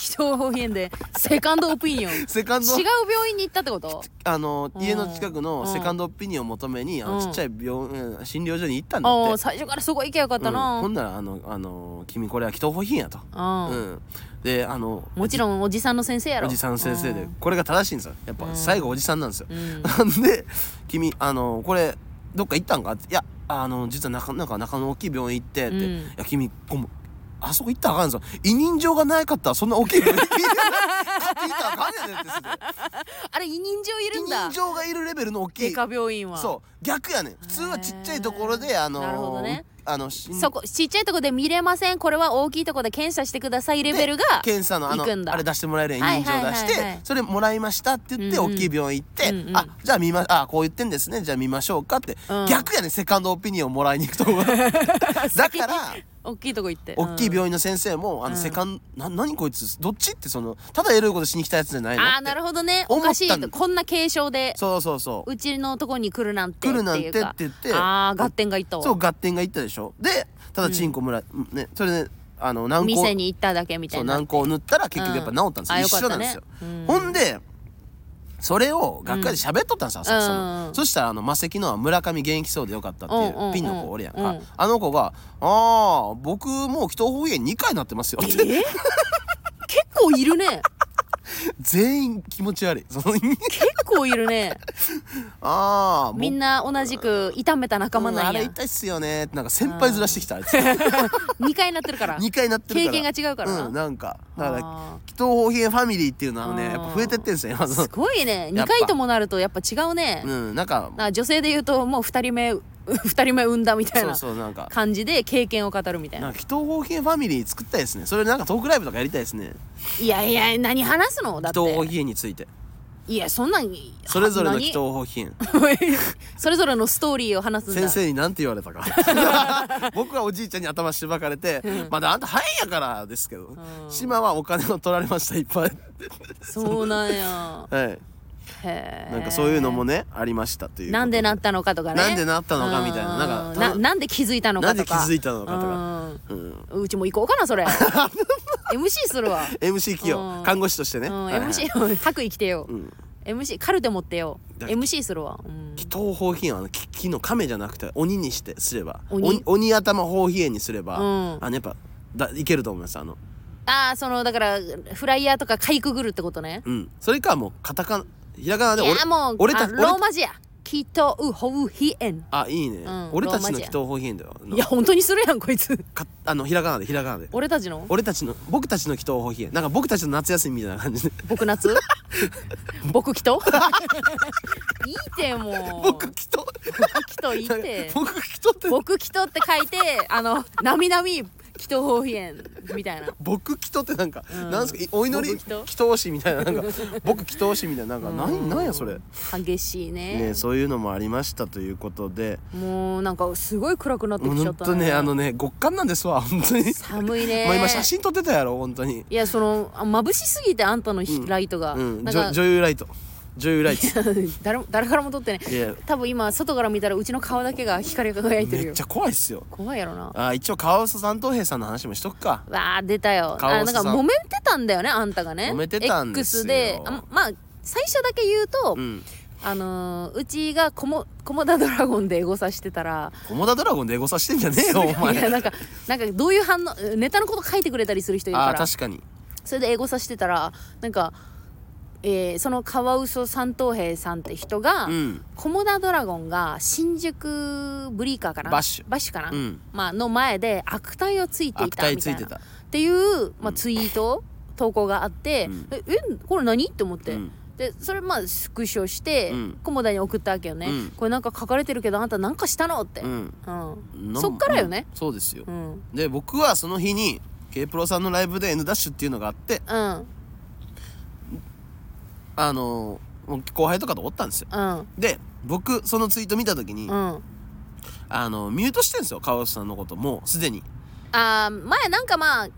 Speaker 1: 気象表現でセカンドオピニ オン違う
Speaker 2: セカンド
Speaker 1: 病院に行ったってこと
Speaker 2: あの
Speaker 1: うん
Speaker 2: 家の近くのセカンドオピニオンを求めに、あ
Speaker 1: うん
Speaker 2: のちっちゃい病、うん診療所に行ったんだ
Speaker 1: あ
Speaker 2: っ
Speaker 1: あ
Speaker 2: て、
Speaker 1: 最初からそこ行けばよかった
Speaker 2: う
Speaker 1: な、
Speaker 2: んほんならあのあの「君これは祈祷法品や」と、
Speaker 1: うん
Speaker 2: うんであの
Speaker 1: もちろんおじさんの先生やろ
Speaker 2: おじさん先生で、
Speaker 1: うん
Speaker 2: これが正しいんですよやっぱ最後おじさんなんですよ、
Speaker 1: うん
Speaker 2: なん で「君あのこれどっか行ったんか?」って「いやあの実は中なんか中の大きい病院行って」って「
Speaker 1: うん
Speaker 2: いや君こうもあそこ行ったらあかんぞ委任状がないかったらそんな大きい病院行って 行ったらあかんやねん」って 言って
Speaker 1: あれ委任状い
Speaker 2: て
Speaker 1: るん
Speaker 2: 委
Speaker 1: だ
Speaker 2: 任状がいるレベルの大き
Speaker 1: 外
Speaker 2: い
Speaker 1: 科病院は
Speaker 2: そう逆やねん普通はちっちゃいところであのー
Speaker 1: なるほどね
Speaker 2: あのしん
Speaker 1: そこちっちゃいとこで見れませんこれは大きいとこで検査してくださいレベルが
Speaker 2: 検査のあの
Speaker 1: 行くんだ
Speaker 2: あれ出してもらえるやん
Speaker 1: はい
Speaker 2: 人情出して、
Speaker 1: はいはいはい
Speaker 2: それもらいましたって言って、
Speaker 1: うんうん
Speaker 2: 大きい病院行って、
Speaker 1: うんうん
Speaker 2: あじゃあ見まあこう言ってんですねじゃあ見ましょうかって、
Speaker 1: うん
Speaker 2: 逆やねんセカンドオピニオンもらいに行くとこ がだから
Speaker 1: 大きいとこ行って
Speaker 2: 大きい
Speaker 1: 院、
Speaker 2: 病院の先生もあの、
Speaker 1: うん
Speaker 2: セカンドな何こいつどっちってそのただエロいことしに来たやつじゃないの
Speaker 1: ああなる
Speaker 2: ほ
Speaker 1: ほどねお
Speaker 2: 思ったの
Speaker 1: かしいとこんな軽症で
Speaker 2: そうそうそう
Speaker 1: うちのとこに来るなんて
Speaker 2: 来るなんてって
Speaker 1: いうか
Speaker 2: 言って
Speaker 1: ああ合点がいったわ
Speaker 2: そう合点が行ったでしょでただチンコもら、ねそれで、あの軟膏
Speaker 1: 店に行っただけみた
Speaker 2: そう
Speaker 1: いな
Speaker 2: 軟膏を塗ったら結局やっぱ治ったんですよ、
Speaker 1: うんあ
Speaker 2: 一緒なんですよ
Speaker 1: よかったねうん
Speaker 2: ほんでそれを学会で喋っとったんですよ、浅草の
Speaker 1: うん
Speaker 2: そしたらあの魔石の村上現役そうでよかったって
Speaker 1: うんうんう
Speaker 2: い
Speaker 1: ん
Speaker 2: うピンの子おるやんか、
Speaker 1: うん
Speaker 2: あの子が「ああ僕もう祈祷方言2回なってますよ」って
Speaker 1: 結構いるね
Speaker 2: 全員気持ち悪いその
Speaker 1: 結構いるね
Speaker 2: ああ
Speaker 1: みんな同じく痛めた仲間
Speaker 2: あ
Speaker 1: なん
Speaker 2: れ
Speaker 1: や
Speaker 2: 痛いっすよねってなんか先輩ずらしてきたあいつ
Speaker 1: 2回になってるから
Speaker 2: 2回なってるから
Speaker 1: 経験が違うからな
Speaker 2: うん、なんかだから祈
Speaker 1: あー
Speaker 2: 祷方言ファミリーっていうのはね
Speaker 1: うん
Speaker 2: やっぱ増えてってんすよ今その
Speaker 1: すごいね
Speaker 2: や
Speaker 1: 2
Speaker 2: っぱ
Speaker 1: 回ともなるとやっぱ違うね、
Speaker 2: うんなんか
Speaker 1: なんか女性で言うともう2人目 二人目産んだみたい
Speaker 2: そう
Speaker 1: な
Speaker 2: そうなんか
Speaker 1: 感じで経験を語るみたい
Speaker 2: な
Speaker 1: なん
Speaker 2: か祈祷方言ファミリー作ったいですねそれなんかトークライブとかやりたいですね
Speaker 1: いやいや何話すのだっ
Speaker 2: 祈祷方
Speaker 1: て
Speaker 2: 言について
Speaker 1: いやそんなん
Speaker 2: それぞれの祈
Speaker 1: 何
Speaker 2: 祷方言
Speaker 1: それぞれのストーリーを話すんだ
Speaker 2: 先生に何て言われたか 僕はおじいちゃんに頭しばかれて「まだあんた早いやから」ですけど島はお金を取られましたいっぱい
Speaker 1: そうなん や
Speaker 2: はい
Speaker 1: へえ
Speaker 2: なんかそういうのもねありましたという
Speaker 1: なんでな
Speaker 2: っ
Speaker 1: ったのかとかね
Speaker 2: なんでなったのかみたいな
Speaker 1: うん
Speaker 2: なんか
Speaker 1: ななんで気づいたのかとか
Speaker 2: なんで気づいたのかとか
Speaker 1: うんうちも行こうかなそれ MC するわ、
Speaker 2: MC 企
Speaker 1: うん
Speaker 2: 業看護師としてね
Speaker 1: うん
Speaker 2: はいはい
Speaker 1: MC 白衣着てよ、
Speaker 2: ん
Speaker 1: MC カルテ持ってよ
Speaker 2: だ
Speaker 1: MC するわ、うん
Speaker 2: 祈祷方言はあのき木の亀じゃなくて鬼にしてすれば
Speaker 1: 鬼
Speaker 2: 鬼鬼頭方言にすれば
Speaker 1: うん
Speaker 2: あのやっぱだいけると思いますあの
Speaker 1: ああそのだからフライヤーとかかいくぐるってことね
Speaker 2: うん、それかもうカタカナひらがないで
Speaker 1: やもう
Speaker 2: 俺
Speaker 1: あ
Speaker 2: た
Speaker 1: ロー
Speaker 2: 俺た
Speaker 1: マ字やきっとうほうひえん
Speaker 2: あいいね、
Speaker 1: ん
Speaker 2: 俺たち
Speaker 1: ローマ
Speaker 2: の
Speaker 1: 字や
Speaker 2: 祈祷方言だよあの
Speaker 1: いや本当にするやんこいつ
Speaker 2: かあのひらがなでひらがなで
Speaker 1: 俺たちの
Speaker 2: 俺たちの僕たちの祈祷方言なんか僕たちの夏休みみたいな感じで
Speaker 1: 僕 夏僕きといいてもう
Speaker 2: 僕祈祷
Speaker 1: 僕きといいて
Speaker 2: 僕祈祷って
Speaker 1: 僕きとって書いてあのなみなみきとほうひえんみたいな
Speaker 2: 僕祈祷ってなんか、なんすかいお祈り
Speaker 1: 僕祈祷
Speaker 2: 祈祷師みたいななんか僕祈祷師みたいななんか何なんやそれね
Speaker 1: 激しいね
Speaker 2: えそういうのもありましたということで
Speaker 1: もうなんかすごい暗くなって
Speaker 2: もう
Speaker 1: きちゃ
Speaker 2: ほ
Speaker 1: っ
Speaker 2: ん
Speaker 1: た
Speaker 2: とねあのね極寒なんですわ本当に、
Speaker 1: 寒いね
Speaker 2: まあ今写真撮ってたやろ本当に
Speaker 1: いやそのあ眩しすぎてあんたのひライトが、
Speaker 2: うん
Speaker 1: なん
Speaker 2: 女
Speaker 1: か
Speaker 2: 女優ライト女優ライツ
Speaker 1: 誰も誰からも撮ってない
Speaker 2: いや
Speaker 1: 多分今外から見たらうちの顔だけが光り輝いてる
Speaker 2: めっ
Speaker 1: よ
Speaker 2: ちゃ怖いっすよ
Speaker 1: 怖いやろな
Speaker 2: あー一応カワウソさんと平さんの話もしとくか
Speaker 1: わあ出たよ
Speaker 2: 顔
Speaker 1: あなんか
Speaker 2: さ
Speaker 1: 揉めてたんだよねあんたがね
Speaker 2: 揉めてたんですよ
Speaker 1: X であまあ最初だけ言うと、
Speaker 2: うん
Speaker 1: あのーうちがコモコモダドラゴンでエゴサしてたら
Speaker 2: 「コモダドラゴン」でエゴサしてんじゃねえよお
Speaker 1: いや
Speaker 2: 前
Speaker 1: なんかなんかどういう反応ネタのこと書いてくれたりする人いる
Speaker 2: あ
Speaker 1: か
Speaker 2: ー
Speaker 1: ら
Speaker 2: 確かに
Speaker 1: それでエゴサしてたらなんか、えーそのカワウソ三等兵さんって人が、
Speaker 2: うん
Speaker 1: コモダドラゴンが新宿ブリーカーかな
Speaker 2: バッシュ
Speaker 1: かな、
Speaker 2: うん
Speaker 1: まあの前で悪態をついてい
Speaker 2: 悪
Speaker 1: たみ
Speaker 2: 態
Speaker 1: た
Speaker 2: つ
Speaker 1: い
Speaker 2: い
Speaker 1: な
Speaker 2: て
Speaker 1: ったていう、まあ、ツイート、投稿があって、
Speaker 2: うん
Speaker 1: ええこれ何って思って、
Speaker 2: うん
Speaker 1: でそれまあスクショして、
Speaker 2: うん
Speaker 1: コモダに送ったわけよね、
Speaker 2: うん
Speaker 1: これなんか書かれてるけどあんたなんかしたのって、
Speaker 2: うん
Speaker 1: うん
Speaker 2: なん
Speaker 1: そっからよね
Speaker 2: うんそうですよ
Speaker 1: うんうん、
Speaker 2: で僕はその日に K プロさんのライブで N ダッシュっていうのがあって
Speaker 1: うん
Speaker 2: あのーもう後輩とかとおったんですよ
Speaker 1: うん
Speaker 2: で僕そのツイート見た時に、
Speaker 1: うん
Speaker 2: あのミュートしてんですよ川内さんのこともうすでに、
Speaker 1: あー前なんかまあ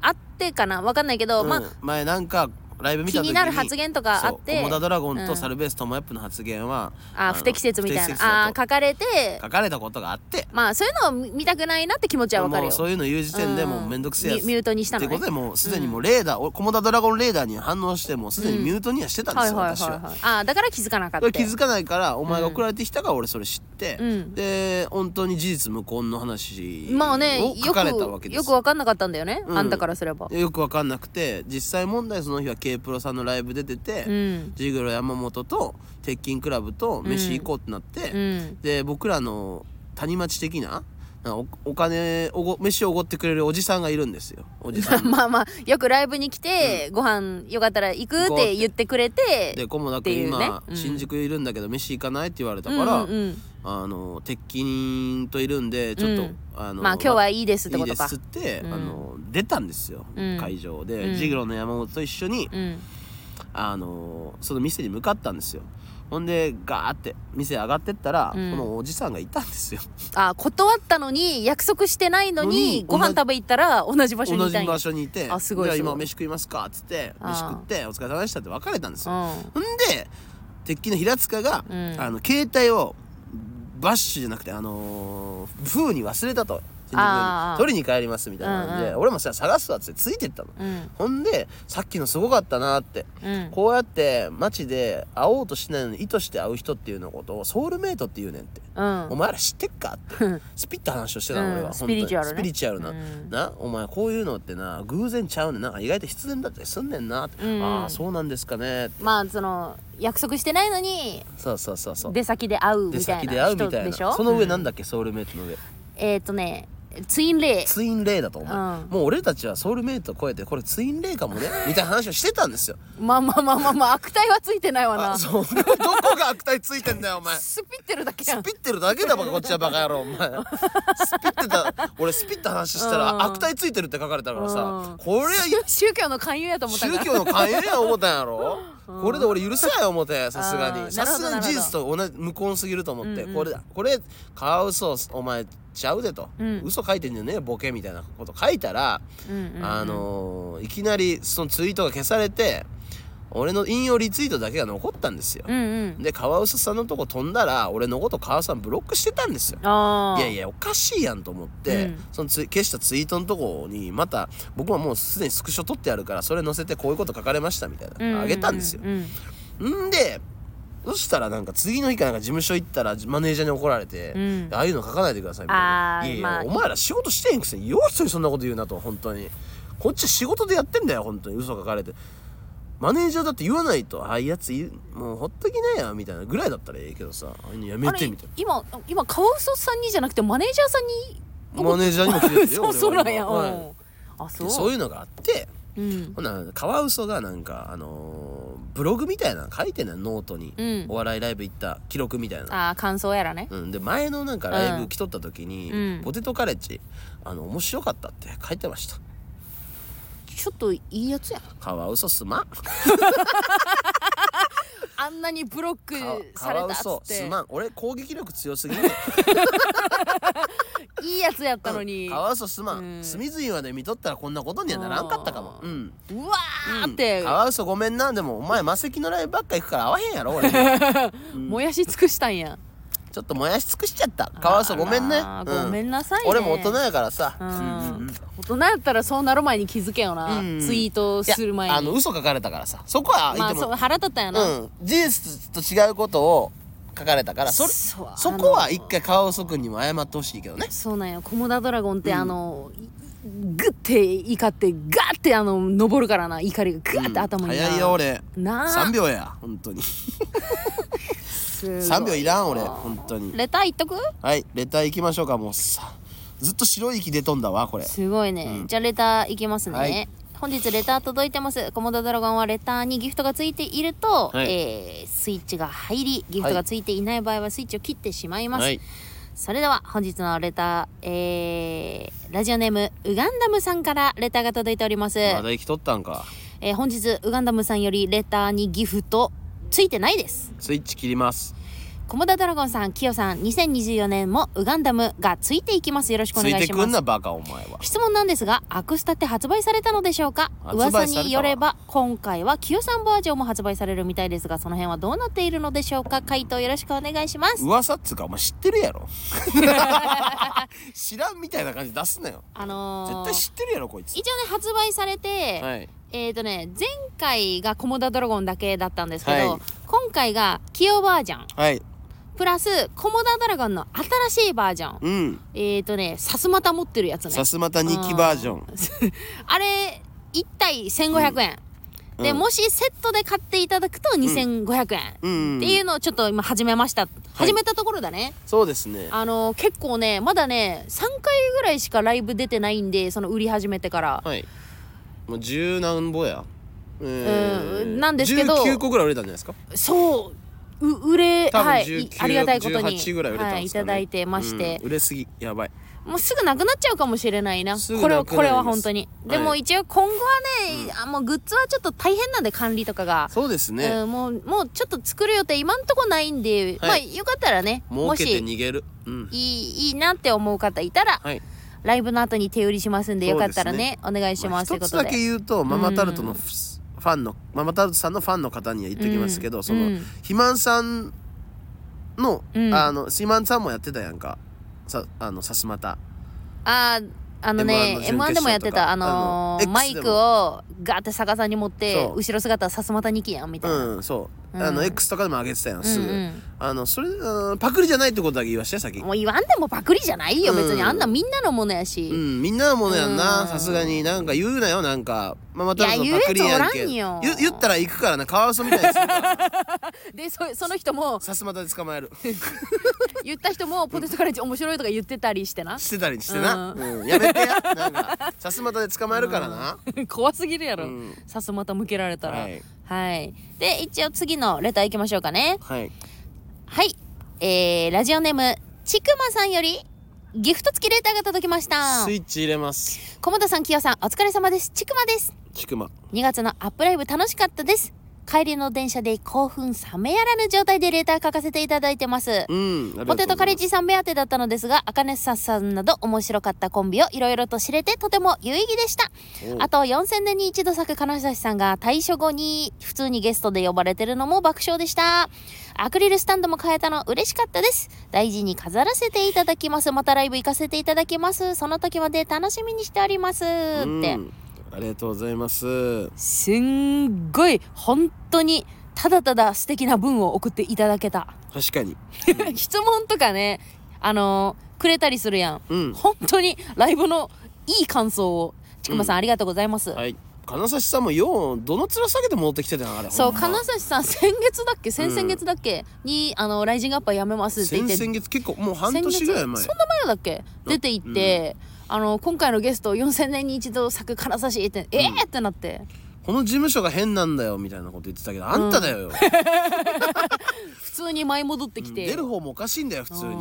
Speaker 1: あってかなわかんないけど、
Speaker 2: うん
Speaker 1: まあ
Speaker 2: 前なんかライブ見た
Speaker 1: 気
Speaker 2: 時に
Speaker 1: になる発言とかあっ
Speaker 2: そう
Speaker 1: て
Speaker 2: コモダドラゴン
Speaker 1: う
Speaker 2: と
Speaker 1: ん
Speaker 2: サルベーストモヤップの発言は、
Speaker 1: あー
Speaker 2: の
Speaker 1: 不適切みたい
Speaker 2: 不
Speaker 1: な
Speaker 2: 適切
Speaker 1: あ
Speaker 2: だ
Speaker 1: ー
Speaker 2: と
Speaker 1: 書かれて
Speaker 2: 書かれたことがあって
Speaker 1: まあそういうのを見見たくないなって気持ちはわかる
Speaker 2: も
Speaker 1: よ
Speaker 2: うそういうの言う時点で
Speaker 1: うん
Speaker 2: もうめんどくせえやつ、
Speaker 1: ミュミュートにしたのね
Speaker 2: ってことでもうすでにもうレーダー、俺コモダドラゴンレーダーに反応してもうすでにミュートにはしてたんで
Speaker 1: は
Speaker 2: す
Speaker 1: い
Speaker 2: よ、
Speaker 1: はいはい
Speaker 2: 私は。
Speaker 1: はいあーだから気づかなかっ
Speaker 2: そ
Speaker 1: た
Speaker 2: れ気づかないからお前が送られてきたから俺それ知って、
Speaker 1: うん
Speaker 2: で本当に事実無根の話
Speaker 1: まあね
Speaker 2: を書
Speaker 1: よ
Speaker 2: かれたわけ
Speaker 1: く
Speaker 2: です
Speaker 1: よくわかんなかったんだよね、
Speaker 2: うん
Speaker 1: あんたからすれば
Speaker 2: でよくわかんなくて実際問題その日は K プロさんのライブ出てて、
Speaker 1: うん
Speaker 2: ジグロ山本と鉄筋クラブと飯行こうってなって、
Speaker 1: うん
Speaker 2: で僕らの谷町的ななんかおお金おご飯をおごってくれるおじさんがいるんですよおじさ ん
Speaker 1: まあまあよくライブに来て、ご飯よかったら行くって言ってくれて
Speaker 2: で菰田
Speaker 1: ってい
Speaker 2: 君
Speaker 1: うね
Speaker 2: 今、
Speaker 1: うん
Speaker 2: 新宿いるんだけど飯行かないって言われた
Speaker 1: うん
Speaker 2: から、
Speaker 1: うんうん
Speaker 2: あの鉄筋といるんでちょっと、
Speaker 1: うん
Speaker 2: あの
Speaker 1: まあ今日はいいですって
Speaker 2: いい
Speaker 1: こ
Speaker 2: で
Speaker 1: とか
Speaker 2: すって、
Speaker 1: うん
Speaker 2: あの出たんですよ、
Speaker 1: うん
Speaker 2: 会場で、
Speaker 1: うん
Speaker 2: ジグロの山本と一緒に、
Speaker 1: うん
Speaker 2: あのその店に向かったんですよほんでガーって店上がってったら、
Speaker 1: うん
Speaker 2: このおじさんがいたんですよ
Speaker 1: あ断ったのに約束してないのに
Speaker 2: のに
Speaker 1: ご飯食べ行ったら同じ場所に
Speaker 2: 同
Speaker 1: いた
Speaker 2: じ
Speaker 1: んや
Speaker 2: 場所にいて
Speaker 1: あすごい
Speaker 2: じゃあ
Speaker 1: すごい
Speaker 2: 今飯食いますか」っつって
Speaker 1: あー
Speaker 2: 飯食って「お疲れ様でした」って別れたんですよ
Speaker 1: うん
Speaker 2: ほんで鉄筋の平塚が、
Speaker 1: うん
Speaker 2: あの携帯をバッシュじゃなくてあのー、風に忘れたと新宿
Speaker 1: あー
Speaker 2: に取りに帰りますみたいな感じで、
Speaker 1: うんう
Speaker 2: 俺もさ探すわっつってついてったの、
Speaker 1: うん
Speaker 2: ほんでさっきのすごかったなって
Speaker 1: うん
Speaker 2: こうやって街で会おうとしないのに意図して会う人っていうのことをソウルメイトって言うねんっ
Speaker 1: う
Speaker 2: て、
Speaker 1: ん
Speaker 2: お前ら知ってっかってスピッた話をしてたの俺は、
Speaker 1: うん
Speaker 2: 本当に
Speaker 1: スピリチュアルね
Speaker 2: スピリチュアルな、
Speaker 1: うん
Speaker 2: なお前こういうのってな偶然ちゃうねんな意外と必然だったりすんねんなって、
Speaker 1: うん
Speaker 2: ああそうなんですかね
Speaker 1: まあその約束してないのに
Speaker 2: そうそうそうそう
Speaker 1: 出先で会う
Speaker 2: で
Speaker 1: みたい
Speaker 2: 先で会
Speaker 1: な
Speaker 2: うみ
Speaker 1: 人
Speaker 2: たい
Speaker 1: で
Speaker 2: な
Speaker 1: しょ
Speaker 2: その上なん
Speaker 1: だ
Speaker 2: だっけ、ソウルメイトの上
Speaker 1: えっとねツインレイ
Speaker 2: ツインレイだと思う、
Speaker 1: うん
Speaker 2: もう俺たちはソウルメイト超えてこれツインレイか もねみたいな話をしてたんですよ
Speaker 1: まあまあまあまあまあ悪態はついてないわな
Speaker 2: あ
Speaker 1: ス
Speaker 2: そうどこが悪態ついてんだよお 前
Speaker 1: ピってるだけじゃん
Speaker 2: スピってるだけだバカこっちはバカ野郎お前スピってた俺スピった話した
Speaker 1: う
Speaker 2: ら
Speaker 1: ん
Speaker 2: 悪態ついてるって書かれたから
Speaker 1: う
Speaker 2: さ
Speaker 1: ん
Speaker 2: これは
Speaker 1: 宗教の勧誘やと思ったから
Speaker 2: 宗教の勧誘や思ったんやろこれで俺許せない 思ったんやさすが
Speaker 1: あー
Speaker 2: にさすが
Speaker 1: なるほどなるほ
Speaker 2: に
Speaker 1: ど
Speaker 2: 事実と同じ無根すぎると思って
Speaker 1: うんうん
Speaker 2: これだこれカワウソお前ちゃうでと
Speaker 1: うん
Speaker 2: 嘘書いてんじゃねえボケみたいなこと書いたら
Speaker 1: うんうんうん
Speaker 2: あのーいきなりそのツイートが消されて俺の引用リツイートだけが残ったんですよ
Speaker 1: うんうん
Speaker 2: でカワウソさんのとこ飛んだら俺のことカワウソさんブロックしてたんですよ
Speaker 1: ああ
Speaker 2: いやいやおかしいやんと思って、
Speaker 1: うん
Speaker 2: そのつ消したツイートのとこにまた僕はもうすでにスクショ撮ってあるからそれ載せてこういうこと書かれましたみたいな、あげたんですよ
Speaker 1: う。うん
Speaker 2: んでそしたらなんか次の日かなんか事務所行ったらマネージャーに怒られて、
Speaker 1: うん
Speaker 2: ああいうの書かないでくださいみたいな
Speaker 1: あー
Speaker 2: いやいや、
Speaker 1: まあ
Speaker 2: お前ら仕事してへんくせにようそにそんなこと言うなと本当にこっちは仕事でやってんだよ本当に嘘書かれてマネージャーだって言わないとああいうやついもうほっときなよみたいなぐらいだったらええけどさああいうのやめ
Speaker 1: あれ
Speaker 2: てみたいな。
Speaker 1: 今今カワウソさんにじゃなくてマネージャーさんに
Speaker 2: マネージャーにも来てるよ
Speaker 1: そうそうなんや、
Speaker 2: 俺ははい
Speaker 1: うんあそう
Speaker 2: でそう
Speaker 1: う
Speaker 2: いうのがあって
Speaker 1: うん
Speaker 2: ほなカワウソがなんかあのーブログみたいなの書いてんのよノートに、
Speaker 1: うん
Speaker 2: お笑いライブ行った記録みたいな。
Speaker 1: ああ感想やらね
Speaker 2: うん、で前のなんかライブ来とった時に、
Speaker 1: うん
Speaker 2: ポテトカレッジあの面白かったって書いてました
Speaker 1: ちょっといいやつやん
Speaker 2: カワウソすまん
Speaker 1: ああんなにブロックされたっ
Speaker 2: そ
Speaker 1: つっ
Speaker 2: す
Speaker 1: て
Speaker 2: まん俺攻撃力強す ぎる
Speaker 1: いいやつやったのに、
Speaker 2: カワウソすま
Speaker 1: うん
Speaker 2: ん隅々まで見とったらこんなことにはならんかったかも
Speaker 1: う
Speaker 2: うん
Speaker 1: うわーって、
Speaker 2: カワウソごめんなでもお前魔石のライブばっか行くから合わへんやろ俺
Speaker 1: 燃やし尽くしたんや
Speaker 2: ちょっと燃やし尽くしちゃったカワウソごめんね
Speaker 1: あ
Speaker 2: う
Speaker 1: らごめんなさいね
Speaker 2: 俺も大人やからさ
Speaker 1: う
Speaker 2: うんう
Speaker 1: ん
Speaker 2: んうん
Speaker 1: 大人やったらそうなる前に気づけよな、
Speaker 2: うん
Speaker 1: ツイート
Speaker 2: いや
Speaker 1: する前に
Speaker 2: あの嘘書かれたからさそこは
Speaker 1: まあ
Speaker 2: でも
Speaker 1: そう腹立ったんやな、
Speaker 2: うん事実と違うことを書かれたからそれ
Speaker 1: そうあの
Speaker 2: そこは一回カワウソ君にも謝ってほしいけどね
Speaker 1: そうなんよコモダドラゴンって、あのいグッて怒ってガッてあの登るからな怒りがグッて頭にな、
Speaker 2: 早いよ俺
Speaker 1: なあ
Speaker 2: 3秒や本当に3
Speaker 1: 3
Speaker 2: 秒いらん俺本当に
Speaker 1: レターいっとく
Speaker 2: はいレター行きましょうかもうさずっと白い息出とんだわこれ
Speaker 1: すごいね、じゃあレターいきますね、
Speaker 2: はい
Speaker 1: 本日レター届いてますコモダドラゴンはレターにギフトがついていると、
Speaker 2: はい
Speaker 1: えースイッチが入りギフトがついていない場合はスイッチを切ってしまいます、
Speaker 2: はい
Speaker 1: それでは本日のレター、えーラジオネームウガンダムさんからレターが届いております、
Speaker 2: まだ生きとったんか
Speaker 1: えー本日ウガンダムさんよりレターにギフトついてないです
Speaker 2: スイッチ切ります
Speaker 1: コモダドラゴンさんキヨさん2024年もウガンダムがついていきますよろしくお
Speaker 2: つ
Speaker 1: 願い
Speaker 2: い
Speaker 1: します
Speaker 2: てくんなバカお前は
Speaker 1: 質問なんですがアクスタって発売されたのでしょうか
Speaker 2: 発売さ
Speaker 1: 噂
Speaker 2: れたわ
Speaker 1: によれば今回はキヨさんバージョンも発売されるみたいですがその辺はどうなっているのでしょうか回答よろしくお願いします
Speaker 2: 噂っつうかお前知ってるやろ知らんみたいな感じ出すなよ
Speaker 1: あのー
Speaker 2: 絶対知ってるやろこいつ
Speaker 1: 一応ね発売されて、
Speaker 2: はい
Speaker 1: えーとね前回がコモダドラゴンだけだったんですけど、
Speaker 2: はい
Speaker 1: 今回がキヨバージョン
Speaker 2: はい
Speaker 1: プラスコモダドラゴンの新しいバージョン
Speaker 2: うん
Speaker 1: えーとねさすまた持ってるやつね
Speaker 2: さすまた2期バージョン
Speaker 1: あれ1体1500円、
Speaker 2: うん
Speaker 1: で、
Speaker 2: うん
Speaker 1: もしセットで買っていただくと2500円、
Speaker 2: うん
Speaker 1: っていうのをちょっと今始めました、始めたところだね
Speaker 2: そうですね
Speaker 1: あの結構ねまだね3回ぐらいしかライブ出てないんでその売り始めてから、
Speaker 2: はいもう十何ぼやう
Speaker 1: うんなんですけど
Speaker 2: 19個ぐらい売れたんじゃないですか
Speaker 1: そうう売れ
Speaker 2: 多分
Speaker 1: はい
Speaker 2: 19、
Speaker 1: いありがたいことに
Speaker 2: 18ぐらい売れた
Speaker 1: は
Speaker 2: ん
Speaker 1: い、
Speaker 2: で
Speaker 1: い
Speaker 2: すかね、
Speaker 1: ただいてまして
Speaker 2: うん、売れすぎやばい
Speaker 1: もうすぐなくなっちゃうかもしれないな
Speaker 2: すぐ
Speaker 1: これ
Speaker 2: なくな
Speaker 1: は
Speaker 2: ります
Speaker 1: これは本当に、
Speaker 2: は
Speaker 1: で
Speaker 2: い
Speaker 1: も一応今後はね、あもうグッズはちょっと大変なんで管理とかが
Speaker 2: そうですね、
Speaker 1: うん、もうもうちょっと作る予定今んとこないんで、
Speaker 2: は
Speaker 1: ま
Speaker 2: い
Speaker 1: あよかったらね
Speaker 2: 儲
Speaker 1: もし
Speaker 2: け
Speaker 1: てい
Speaker 2: 逃げるうん
Speaker 1: いいいなって思う方いたら、
Speaker 2: はい
Speaker 1: ライブの後に手売りしますんでよかったらねお願いし
Speaker 2: まあ
Speaker 1: ますっ
Speaker 2: 一
Speaker 1: てこ
Speaker 2: つ
Speaker 1: とで、
Speaker 2: だけ言うとママタルトのフファンのママタルトさんのファンの方には言ってきますけど、
Speaker 1: うん
Speaker 2: その、
Speaker 1: うん
Speaker 2: 肥満さんの、
Speaker 1: うん
Speaker 2: あの肥満さんもやってたやんかさあのさすまた
Speaker 1: あーあのね
Speaker 2: M1 の
Speaker 1: M1 でもやってたあのー
Speaker 2: あの X でも
Speaker 1: マイクをガーって逆さに持って
Speaker 2: そう
Speaker 1: 後ろ姿はさすまた2期やんみたいな、
Speaker 2: うんそう、
Speaker 1: うん
Speaker 2: あの X とかでも上げてたやんすぐ、
Speaker 1: うんうん
Speaker 2: あのそれ、うんパクリじゃないってことだけ言わして先
Speaker 1: もう言わんでもパクリじゃないよ、別に
Speaker 2: うん
Speaker 1: あんなみんなのものやし、
Speaker 2: うん、みんなのものやん
Speaker 1: う
Speaker 2: なんさすがになんか言うなよなんかママタルト
Speaker 1: い
Speaker 2: の
Speaker 1: や
Speaker 2: パクリやん
Speaker 1: 言
Speaker 2: け
Speaker 1: うやつおらんよ
Speaker 2: 言言ったら行くからなカワウソみたいにするから
Speaker 1: でそその人も
Speaker 2: さすまたで捕まえる
Speaker 1: 言った人もポテトカレッジ面白いとか言ってたりしてな
Speaker 2: してたりしてな、
Speaker 1: う
Speaker 2: うん、やめてやなんかさすまたで捕まえるからな、
Speaker 1: 怖すぎるやろ、
Speaker 2: うん
Speaker 1: さすまた向けられたらは
Speaker 2: はいい、
Speaker 1: で一応次のレター行きましょうかね
Speaker 2: はい
Speaker 1: はいえー、ラジオネームちくまさんよりギフト付きレターが届きました
Speaker 2: スイッチ入れます
Speaker 1: 小本さんきよさんお疲れ様ですちくまです
Speaker 2: ちくま
Speaker 1: 2月のアップライブ楽しかったです帰りの電車で興奮冷めやらぬ状態でレター書かせていただいてます
Speaker 2: うん
Speaker 1: ポテトカレッ
Speaker 2: ジ
Speaker 1: ジさん目当てだったのですが、アカネッサさんなど面白かったコンビをいろいろと知れてとても有意義でした
Speaker 2: お。う
Speaker 1: あと4000年に一度咲く金指さんが退所後に普通にゲストで呼ばれてるのも爆笑でした。アクリルスタンドも変えたの嬉しかったです。大事に飾らせていただきます。またライブ行かせていただきます。その時まで楽しみにしております。って。
Speaker 2: ありがとうございます
Speaker 1: すんごい、本当に、ただただ素敵な文を送っていただけた。
Speaker 2: 確かに
Speaker 1: 質問とかね、あのくれたりするやん。
Speaker 2: うん
Speaker 1: 本当にライブのいい感想をちくまさん、ありがとうございます、
Speaker 2: はい金指さんもようどの面下げて戻ってきてたなあれ
Speaker 1: そう
Speaker 2: ほんま
Speaker 1: 金指さん先月だっけ先々月だっけ、にあの「ライジングアップはやめます」って言って
Speaker 2: 先々月結構もう半
Speaker 1: 先
Speaker 2: 年ぐらい前
Speaker 1: そんな前だっけ出て行って、あの今回のゲスト4000年に一度咲く金指って、えーってなって
Speaker 2: この事務所が変なんだよみたいなこと言ってたけどあんただよ、
Speaker 1: 普通に舞い戻ってきて、
Speaker 2: 出る方もおかしいんだよ普通
Speaker 1: うん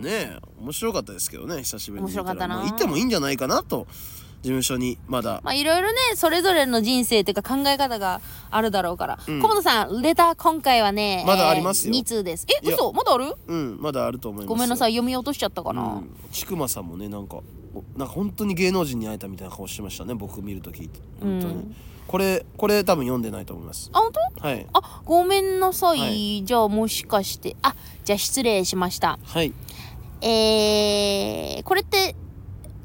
Speaker 2: にねえ面白かったですけどね久しぶりに
Speaker 1: 面白かったな
Speaker 2: 見らまあいてもいいんじゃないかなと務所にまだ
Speaker 1: まあいろいろね、それぞれの人生というか考え方があるだろうから。
Speaker 2: うん
Speaker 1: 小本さん、レター今回はね、
Speaker 2: まだありますよ
Speaker 1: 2通です。え、
Speaker 2: いや
Speaker 1: 嘘まだある
Speaker 2: うんまだあると思います
Speaker 1: ごめんなさ
Speaker 2: い
Speaker 1: い、読み落としちゃったかな。
Speaker 2: ちくまさんもねなんかおなんか本当に芸能人に会えたみたいな顔してましたね僕見るとき本当に、
Speaker 1: うん
Speaker 2: これこれ多分読んでないと思います
Speaker 1: あ、本当
Speaker 2: はい
Speaker 1: あ、ごめんなさい。
Speaker 2: はい
Speaker 1: じゃあもしかして、あ、じゃあ失礼しました。
Speaker 2: はい
Speaker 1: えー、これって、
Speaker 2: はい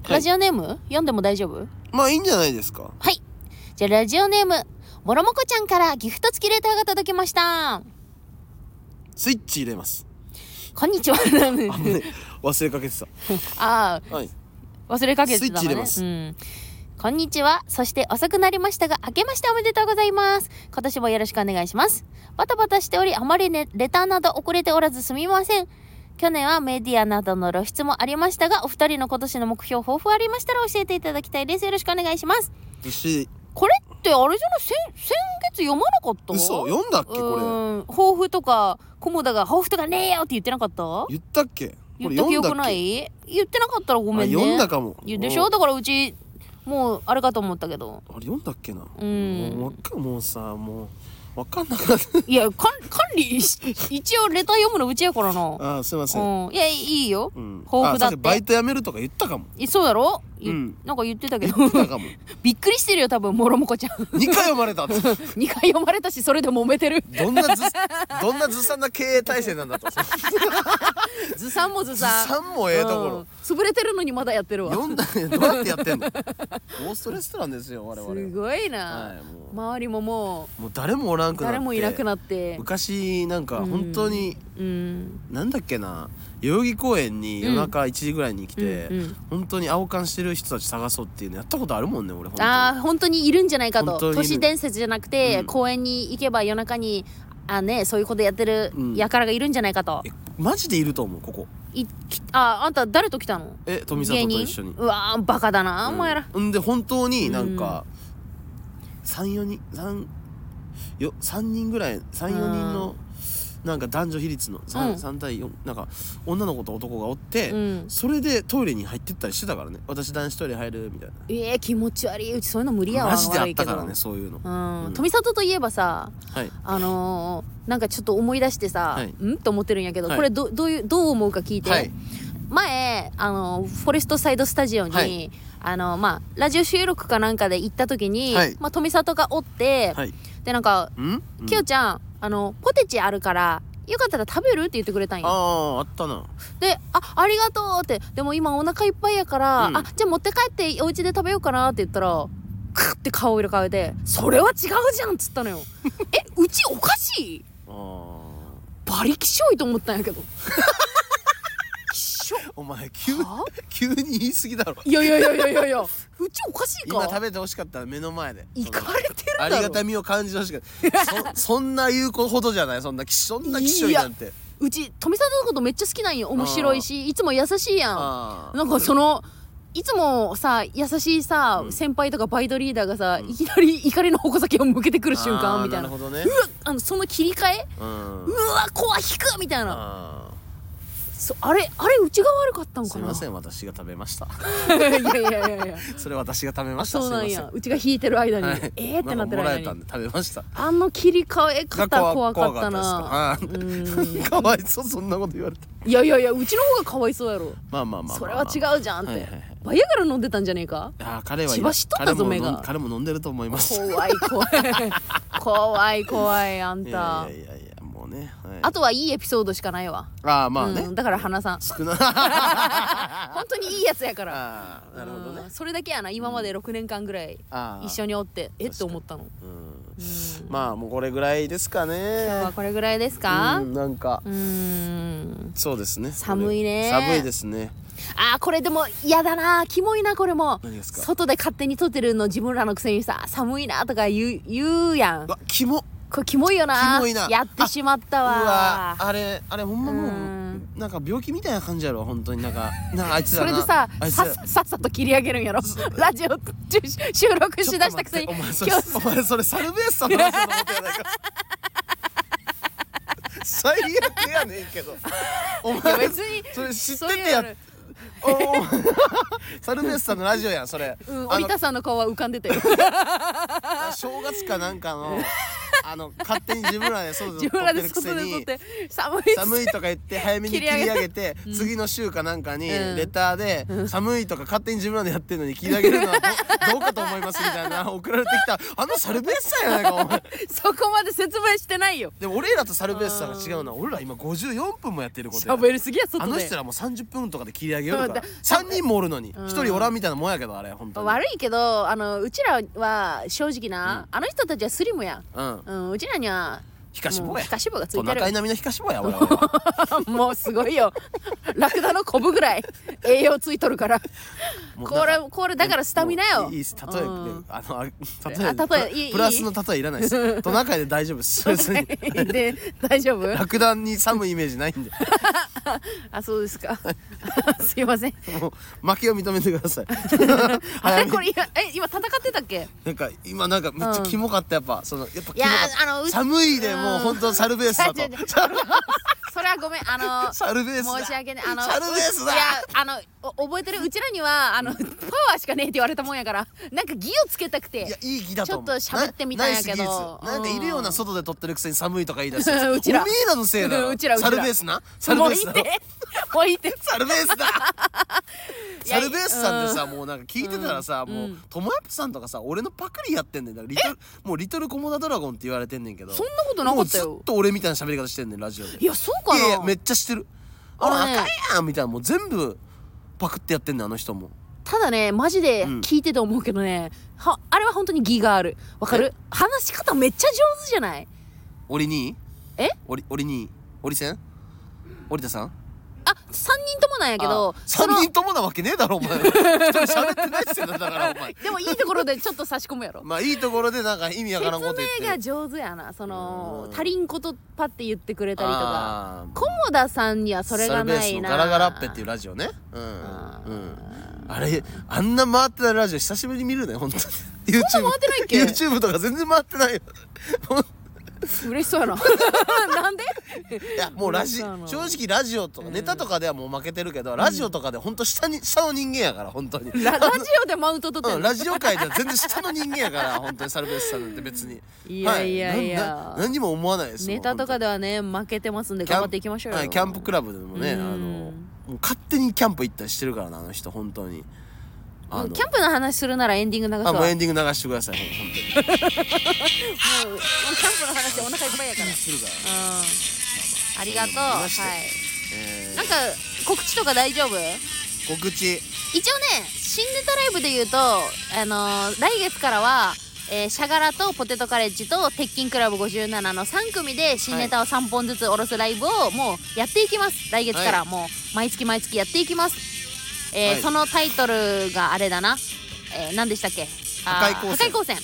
Speaker 1: ラジオネーム、読んでも大丈夫
Speaker 2: まあいいんじゃないですか
Speaker 1: はい。じゃあラジオネーム、もろもこちゃんからギフト付きレターが届きました。
Speaker 2: スイッチ入れ ます
Speaker 1: こんにちは。
Speaker 2: あぶね忘れかけてた
Speaker 1: ああ、
Speaker 2: はい
Speaker 1: 忘れかけてたのね
Speaker 2: スイッチ入れます
Speaker 1: うんこんにちはそして遅くなりましたが明けましておめでとうございます今年もよろしくお願いしますバタバタしておりあまり、ね、レターなど遅れておらずすみません去年はメディアなどの露出もありましたがお二人の今年の目標抱負ありましたら教えていただきたいですよろしくお願いします
Speaker 2: 私
Speaker 1: これってあれじゃない先先月読まなかった
Speaker 2: 嘘読んだっけ
Speaker 1: う
Speaker 2: こ
Speaker 1: ん抱負とか菰田が抱負とかねえよって言ってなかった
Speaker 2: れ言ったっけこ
Speaker 1: 言っ
Speaker 2: れ
Speaker 1: た記
Speaker 2: 読ん
Speaker 1: 憶
Speaker 2: だっ
Speaker 1: な
Speaker 2: け
Speaker 1: い言ってなかったらごめんね
Speaker 2: あ読んだかも
Speaker 1: いやでしょだからうちもうあれかと思ったけど
Speaker 2: あれ読んだっけな
Speaker 1: うん
Speaker 2: もうわかもうさもうわかんなくなっ
Speaker 1: いやかん管理し一応レター読むのうちやからな
Speaker 2: たあすいません
Speaker 1: うんいやいいよ、
Speaker 2: うん
Speaker 1: 抱負だっ
Speaker 2: あ確か
Speaker 1: て
Speaker 2: にバイト辞めるとか言ったかも
Speaker 1: いそうだろ、
Speaker 2: う
Speaker 1: うんなんか言ってたけ
Speaker 2: 言
Speaker 1: ど
Speaker 2: ってたかも
Speaker 1: びっくりしてるよ多分もろもこちゃん
Speaker 2: 2回読まれたって
Speaker 1: 2回読まれたしそれで揉めて る
Speaker 2: どんなずどんなずさんな経営体制なんだと
Speaker 1: ずさんもず
Speaker 2: ず
Speaker 1: さん
Speaker 2: さんもええとこ
Speaker 1: うん潰れてるのにまだやってる
Speaker 2: ろ
Speaker 1: わ
Speaker 2: 読んだどうやってやってんの オーストレストランですよ我
Speaker 1: す
Speaker 2: 々は
Speaker 1: ごい
Speaker 2: は
Speaker 1: な、
Speaker 2: いも
Speaker 1: 周りもも
Speaker 2: うもう誰もおらん
Speaker 1: う
Speaker 2: くなって
Speaker 1: 誰もいなくなって
Speaker 2: 昔なんか本当に
Speaker 1: うん
Speaker 2: なんだっけな代々木公園に夜中1時ぐらいに来て、
Speaker 1: うんうん
Speaker 2: 本当に青缶してる人たち探そうっていうのやったことあるもんね俺本当に
Speaker 1: ああ本当にいるんじゃないかと
Speaker 2: 本当にいる
Speaker 1: 都市伝説じゃなくて、
Speaker 2: うん
Speaker 1: 公園に行けば夜中にあねそういうことやってる
Speaker 2: うん
Speaker 1: 輩がいるんじゃないかと、
Speaker 2: えマジでいると思うここ
Speaker 1: いきああんた誰と来たの
Speaker 2: え富里と一緒に
Speaker 1: うわーバカだな、
Speaker 2: うん
Speaker 1: お前ら
Speaker 2: んで本当になんか、34人三よ三人ぐらい34人のなんか男女比率の 3,、
Speaker 1: うん
Speaker 2: 三対4なんか女の子と男がおって、
Speaker 1: うん
Speaker 2: それでトイレに入ってったりしてたからね私男子トイレ入るみたいな
Speaker 1: えー、気持ち悪いうちそういうの無理やわ
Speaker 2: マジであ
Speaker 1: 悪
Speaker 2: っ
Speaker 1: いけ
Speaker 2: た
Speaker 1: ど
Speaker 2: からねそういうの、
Speaker 1: うん
Speaker 2: うん
Speaker 1: 富里といえばさ
Speaker 2: はい
Speaker 1: あのーなんかちょっと思い出してさ、
Speaker 2: はい
Speaker 1: んと思ってるんやけど、
Speaker 2: はい
Speaker 1: これどどういうどう思うか聞いて、
Speaker 2: はい
Speaker 1: 前あのフォレストサイドスタジオに、
Speaker 2: はい
Speaker 1: あのまあラジオ収録かなんかで行った時に、
Speaker 2: はい
Speaker 1: まあ富里がおって、
Speaker 2: はい
Speaker 1: でなんか
Speaker 2: うん
Speaker 1: 「きよちゃんあのポテチあるからよかったら食べる?」って言ってくれたん
Speaker 2: あ
Speaker 1: よ
Speaker 2: ああったな
Speaker 1: で「あありがとう」って「でも今お腹いっぱいやから、
Speaker 2: うん
Speaker 1: あじゃあ持って帰ってお家で食べようかな」って言ったらクッて顔色変えて「それは違うじゃん」っつった のよえうちおかしい
Speaker 2: あー
Speaker 1: 馬力しょいと思ったんやけどきっしょ
Speaker 2: お前急に
Speaker 1: は
Speaker 2: 急に言い過ぎだろ
Speaker 1: いやいやいやいやいやいやうちおかしいか
Speaker 2: 今食べてほしかったら目の前で
Speaker 1: 行かれてるだ
Speaker 2: あ
Speaker 1: ろ
Speaker 2: りがたみを感じてほしかったそ そんな言うほどじゃないそんなきそんなきしょいなんて
Speaker 1: うち富里のことめっちゃ好きなんよ面白いしいつも優しいやん
Speaker 2: あー
Speaker 1: なんかそのいつもさ優しいさ、
Speaker 2: うん
Speaker 1: 先輩とかバイトリーダーがさ、いきなり怒りの矛先を向けてくる瞬
Speaker 2: あー
Speaker 1: 間みたいな
Speaker 2: なるほどね
Speaker 1: うわあのその切り替え
Speaker 2: うん
Speaker 1: うわ怖い引くみたいな
Speaker 2: あ
Speaker 1: そあれあれうちが悪かった
Speaker 2: ー
Speaker 1: ん
Speaker 2: す
Speaker 1: か
Speaker 2: い
Speaker 1: な
Speaker 2: ません私が食べました
Speaker 1: いやいやいやいや
Speaker 2: それ私が食べました
Speaker 1: そうなん
Speaker 2: すい
Speaker 1: やうちが引いてる間に、
Speaker 2: ませんはい
Speaker 1: えーってなって
Speaker 2: ん
Speaker 1: る
Speaker 2: かもら
Speaker 1: 間
Speaker 2: えたん
Speaker 1: に
Speaker 2: で食べました
Speaker 1: あの切り替え方
Speaker 2: が
Speaker 1: 怖かったな
Speaker 2: 怖かったですかあー かわいそうそんなこと言われた
Speaker 1: いやいやいやうちの方がかわいそうやろ
Speaker 2: まあまあまあまあ
Speaker 1: それは違うじゃんって、
Speaker 2: はいはいはい
Speaker 1: バイアガラ飲んでたんじゃねえか
Speaker 2: あー彼は
Speaker 1: 血走っとったぞ
Speaker 2: 彼も飲ん
Speaker 1: 目が
Speaker 2: 彼も飲んでると思います
Speaker 1: 怖い怖 い怖い怖いあん
Speaker 2: い
Speaker 1: た
Speaker 2: やいやいやいやもうねはい
Speaker 1: あとはいいエピソードしかないわ、
Speaker 2: ああまあね
Speaker 1: うん、だから花さん
Speaker 2: 少ない
Speaker 1: 本当にいいやつやから
Speaker 2: あーなるほどね
Speaker 1: うんそれだけやな今まで6年間ぐらい
Speaker 2: あー
Speaker 1: 一緒におってえって思ったの
Speaker 2: うん
Speaker 1: うん
Speaker 2: まあもうこれぐらいですか
Speaker 1: 今日は
Speaker 2: ね
Speaker 1: これぐらいですか
Speaker 2: うんなんか
Speaker 1: うーん
Speaker 2: そうですね
Speaker 1: 寒いね
Speaker 2: これ寒いですね
Speaker 1: あーこれでも嫌だなキモいなこれも
Speaker 2: 何ですか
Speaker 1: 外で勝手に撮ってるの自分らのくせにさ寒いなとか言う言うやん
Speaker 2: うわキモ
Speaker 1: これキモいよな
Speaker 2: キモいな
Speaker 1: やってしまった
Speaker 2: う
Speaker 1: わ
Speaker 2: わあれあれほんまも
Speaker 1: う
Speaker 2: うなんか病気みたいな感じやろ本当になんかなんかあいつ
Speaker 1: そ
Speaker 2: ら
Speaker 1: れ
Speaker 2: な
Speaker 1: でさ
Speaker 2: あいつ
Speaker 1: さ
Speaker 2: ら
Speaker 1: っささっさと切り上げるんやろラジオ中収録しだしたくせに
Speaker 2: ちょっと
Speaker 1: 今
Speaker 2: 待
Speaker 1: 日
Speaker 2: ってお前それお前それサルベースさんの話だと思ってやない か最悪やねんけどお
Speaker 1: いや
Speaker 2: 前
Speaker 1: 別に
Speaker 2: それ知っ
Speaker 1: そう
Speaker 2: て
Speaker 1: い
Speaker 2: て
Speaker 1: う
Speaker 2: や
Speaker 1: の
Speaker 2: おーサルベスさんのラジオやんそれ、
Speaker 1: うん、
Speaker 2: あ
Speaker 1: 織
Speaker 2: の
Speaker 1: 田さんの顔は浮かんでたよ
Speaker 2: 正月かなんかのあの勝手に自分らでそう
Speaker 1: 自
Speaker 2: 撮
Speaker 1: 分
Speaker 2: っ
Speaker 1: ら
Speaker 2: て
Speaker 1: で
Speaker 2: るくせ
Speaker 1: 外で撮っ
Speaker 2: に
Speaker 1: て寒いっつ
Speaker 2: 寒いとか言って早めに切
Speaker 1: 切
Speaker 2: り
Speaker 1: り上
Speaker 2: 上
Speaker 1: げ
Speaker 2: げて次の週かなんかに
Speaker 1: うん
Speaker 2: レターで「寒い」とか勝手に自分らでやってるのに切り上げるのは どどうかと思いますみたいな送られてきたあのサルベッサやないかお前
Speaker 1: そこまで説明してないよ
Speaker 2: でも俺らとサルベッサが違うのは俺ら今54分もやってることや
Speaker 1: 喋りすぎや外で
Speaker 2: あの人らもう30分とかで切り上げようから
Speaker 1: そうだ
Speaker 2: 3人もおるのに
Speaker 1: ん
Speaker 2: 1人おらんみたいなもんやけどあれ本当に
Speaker 1: 悪いけどあのうちらは正直な、あの人たちはスリムやん、
Speaker 2: うん
Speaker 1: うん、うちらには
Speaker 2: 皮下脂肪
Speaker 1: もう
Speaker 2: や
Speaker 1: 皮下脂肪がつい
Speaker 2: ト
Speaker 1: て
Speaker 2: ナ
Speaker 1: る
Speaker 2: カイ並みの皮下脂肪や俺らは
Speaker 1: もうすごいよラクダのコブぐ らい栄養ついとるから
Speaker 2: もう
Speaker 1: これこれ だからスタミナよ
Speaker 2: もういいっす例えで
Speaker 1: うん
Speaker 2: あのあ例
Speaker 1: あ例え
Speaker 2: え
Speaker 1: いいいい
Speaker 2: プラスの例えいらな いですトナカイで大丈夫です別に
Speaker 1: で大丈夫
Speaker 2: ラクダに寒いイメージない んで
Speaker 1: あそうですか すいません
Speaker 2: もう負けを認めてください
Speaker 1: あ
Speaker 2: 早
Speaker 1: れ
Speaker 2: め
Speaker 1: これ今え今戦ってたっけ
Speaker 2: なんか今なんかめっちゃキモかったやっぱそのやっぱキモ
Speaker 1: いや
Speaker 2: かった
Speaker 1: あのう
Speaker 2: 寒いでもう本当サルベース だと
Speaker 1: 違う違う違うそれはごめんあ の
Speaker 2: サルベースだ
Speaker 1: 申し訳ないあの
Speaker 2: サルベースだ
Speaker 1: いやあのお覚えてるうちらには あのパワーしかねえって言われたもんやからなんか義をつけたくて
Speaker 2: いやいい気だと思う
Speaker 1: ちょっと喋ってみたんやけど
Speaker 2: ナイス技術なんかいるよう
Speaker 1: う
Speaker 2: な外で撮ってるくせに寒いとか言い出して
Speaker 1: うちら
Speaker 2: おめえらのせいだろ
Speaker 1: うちらうちら
Speaker 2: サルベースなサルベ
Speaker 1: もう
Speaker 2: ー
Speaker 1: いい
Speaker 2: ス
Speaker 1: っ
Speaker 2: だ
Speaker 1: て
Speaker 2: ろ
Speaker 1: もういい って
Speaker 2: サルベースだ
Speaker 1: い や
Speaker 2: サルベースさんってさもうなんか聞いてたらさ、もうトモヤップさんとかさ俺のパクリやってんねんだからリトルもうリトルコモダドラゴンって言われてんねんけど
Speaker 1: そんなことなかったよ
Speaker 2: もうずっと俺みたいな喋り方してんねんラジオで
Speaker 1: いやそうかない
Speaker 2: やいやめっちゃしてるあ
Speaker 1: あ
Speaker 2: ら
Speaker 1: の
Speaker 2: 赤
Speaker 1: ね
Speaker 2: やんみたいなもう全部パクってやってんねんあの人も
Speaker 1: ただねマジで聞いてて思うけどね、はあれは本当に義があるわかる話し方めっちゃ上手じゃない
Speaker 2: 俺に
Speaker 1: え
Speaker 2: 俺俺に俺せん織田さん
Speaker 1: あ三3人ともなんやけど
Speaker 2: あ
Speaker 1: そ
Speaker 2: 三
Speaker 1: の
Speaker 2: 人ともなわけねえだろお前一人喋ってないっすよだからお前
Speaker 1: でもいいところでちょっと差し込むや ろ
Speaker 2: まあいいところでなんか意味わからんこと言って
Speaker 1: 説
Speaker 2: る
Speaker 1: 明が上手やなその
Speaker 2: うん
Speaker 1: 足りんことパッて言ってくれたりとか
Speaker 2: あー
Speaker 1: 菰田さんにはそれがな
Speaker 2: サルベ
Speaker 1: い
Speaker 2: ースの
Speaker 1: な
Speaker 2: ガラガラッペっていうラジオねうんうんあれあんな回ってないラジオ久しぶりに見るね本当に YouTube
Speaker 1: そんな回ってないっけ
Speaker 2: YouTube とか全然回ってないよ
Speaker 1: 嬉しそうやな なんで
Speaker 2: いやもうラジ
Speaker 1: そうなの
Speaker 2: 正直ラジオとかネタとかではもう負けてるけど、ラジオとかで本当下に下の人間やから本当に
Speaker 1: ララジオでマウント取って
Speaker 2: うんん、
Speaker 1: の
Speaker 2: ラジオ界では全然下の人間やから本当にサルベースさんなんて別に
Speaker 1: いやいやいや
Speaker 2: はなな何にも思わないです
Speaker 1: ネタとか
Speaker 2: で
Speaker 1: ではね負けてますんで頑張っていきましょうよ、
Speaker 2: はい、キャンプクラブでもねあ
Speaker 1: うん
Speaker 2: のもう勝手にキャンプ行ったりしてるからなあの人本当にあ
Speaker 1: うんキャンプの話するならエンディング流す
Speaker 2: あ
Speaker 1: わもう
Speaker 2: もう
Speaker 1: もう
Speaker 2: エンディング流してください本当に
Speaker 1: キャンプの話でお腹いっぱいやから
Speaker 2: するからね
Speaker 1: うんありがとう
Speaker 2: まあまあ
Speaker 1: は
Speaker 2: え
Speaker 1: いなんか告知とか大丈夫
Speaker 2: ー告知
Speaker 1: 一応ね新ネタライブで言うと、あのー来月からは、えーシャガラとポテトカレッジと鉄筋クラブ57の3組で新ネタを3本ずつ下ろすライブをもうやっていきます来月から
Speaker 2: は
Speaker 1: もう毎月毎月やっていきます、えー
Speaker 2: はい
Speaker 1: そのタイトルがあれだな、えー何でしたっけあー
Speaker 2: 破壊光線
Speaker 1: 破壊光線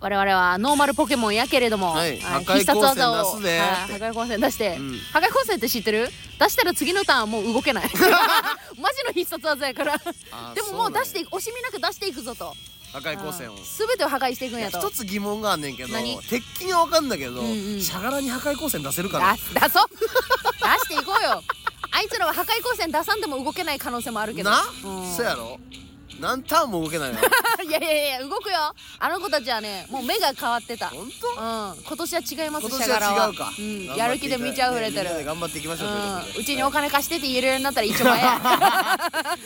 Speaker 1: 我々はノーマルポケモンやけれども、
Speaker 2: は
Speaker 1: は
Speaker 2: い
Speaker 1: い
Speaker 2: 破壊光線出すぜ
Speaker 1: はい破壊光線出して、
Speaker 2: うん
Speaker 1: 破壊光線って知ってる出したら次のターンもう動 けないマジの必殺技やから
Speaker 2: あー
Speaker 1: で
Speaker 2: そ
Speaker 1: ももう
Speaker 2: うな
Speaker 1: ん
Speaker 2: や
Speaker 1: 出していく惜しみなく出していくぞと
Speaker 2: 赤い光線を
Speaker 1: 全てを破壊していくん
Speaker 2: い
Speaker 1: や
Speaker 2: や
Speaker 1: と
Speaker 2: 一つ疑問があんねんけど
Speaker 1: 何
Speaker 2: 鉄筋はわかんだけど、
Speaker 1: うんうん
Speaker 2: シャガラに破壊光線出せるかな
Speaker 1: 出す出そう出していこうよあいつらは破壊光線出さんでも動けない可能性もあるけど
Speaker 2: な、
Speaker 1: うん
Speaker 2: そやろ何ターンも動けないよ
Speaker 1: いやいやいや動くよあの子たちはねもう目が変わってたうん
Speaker 2: 本
Speaker 1: 今年は違いま
Speaker 2: 当
Speaker 1: すシ
Speaker 2: 今年
Speaker 1: ャガラ
Speaker 2: は
Speaker 1: は
Speaker 2: 違うか、
Speaker 1: うん、やる気で満ち溢れてる、
Speaker 2: ねみんなで頑張っていきましょうということ
Speaker 1: う
Speaker 2: で
Speaker 1: んうちにお金貸してって言えるようになったら一番 え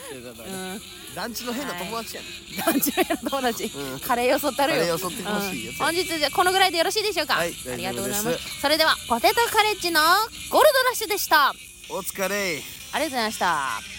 Speaker 2: ということで
Speaker 1: えうん
Speaker 2: 団地の変な友達やね
Speaker 1: 団地の家の友達、
Speaker 2: うん
Speaker 1: カレーよそったるよ
Speaker 2: カレーよそってほしいやつ
Speaker 1: うん本日じゃこのぐらいでよろしいでしょうか、
Speaker 2: はい
Speaker 1: ありがとうございま
Speaker 2: 大丈夫です
Speaker 1: それではポテトカレッジのゴールドラッシュでしたあり
Speaker 2: お疲れ
Speaker 1: がとうございました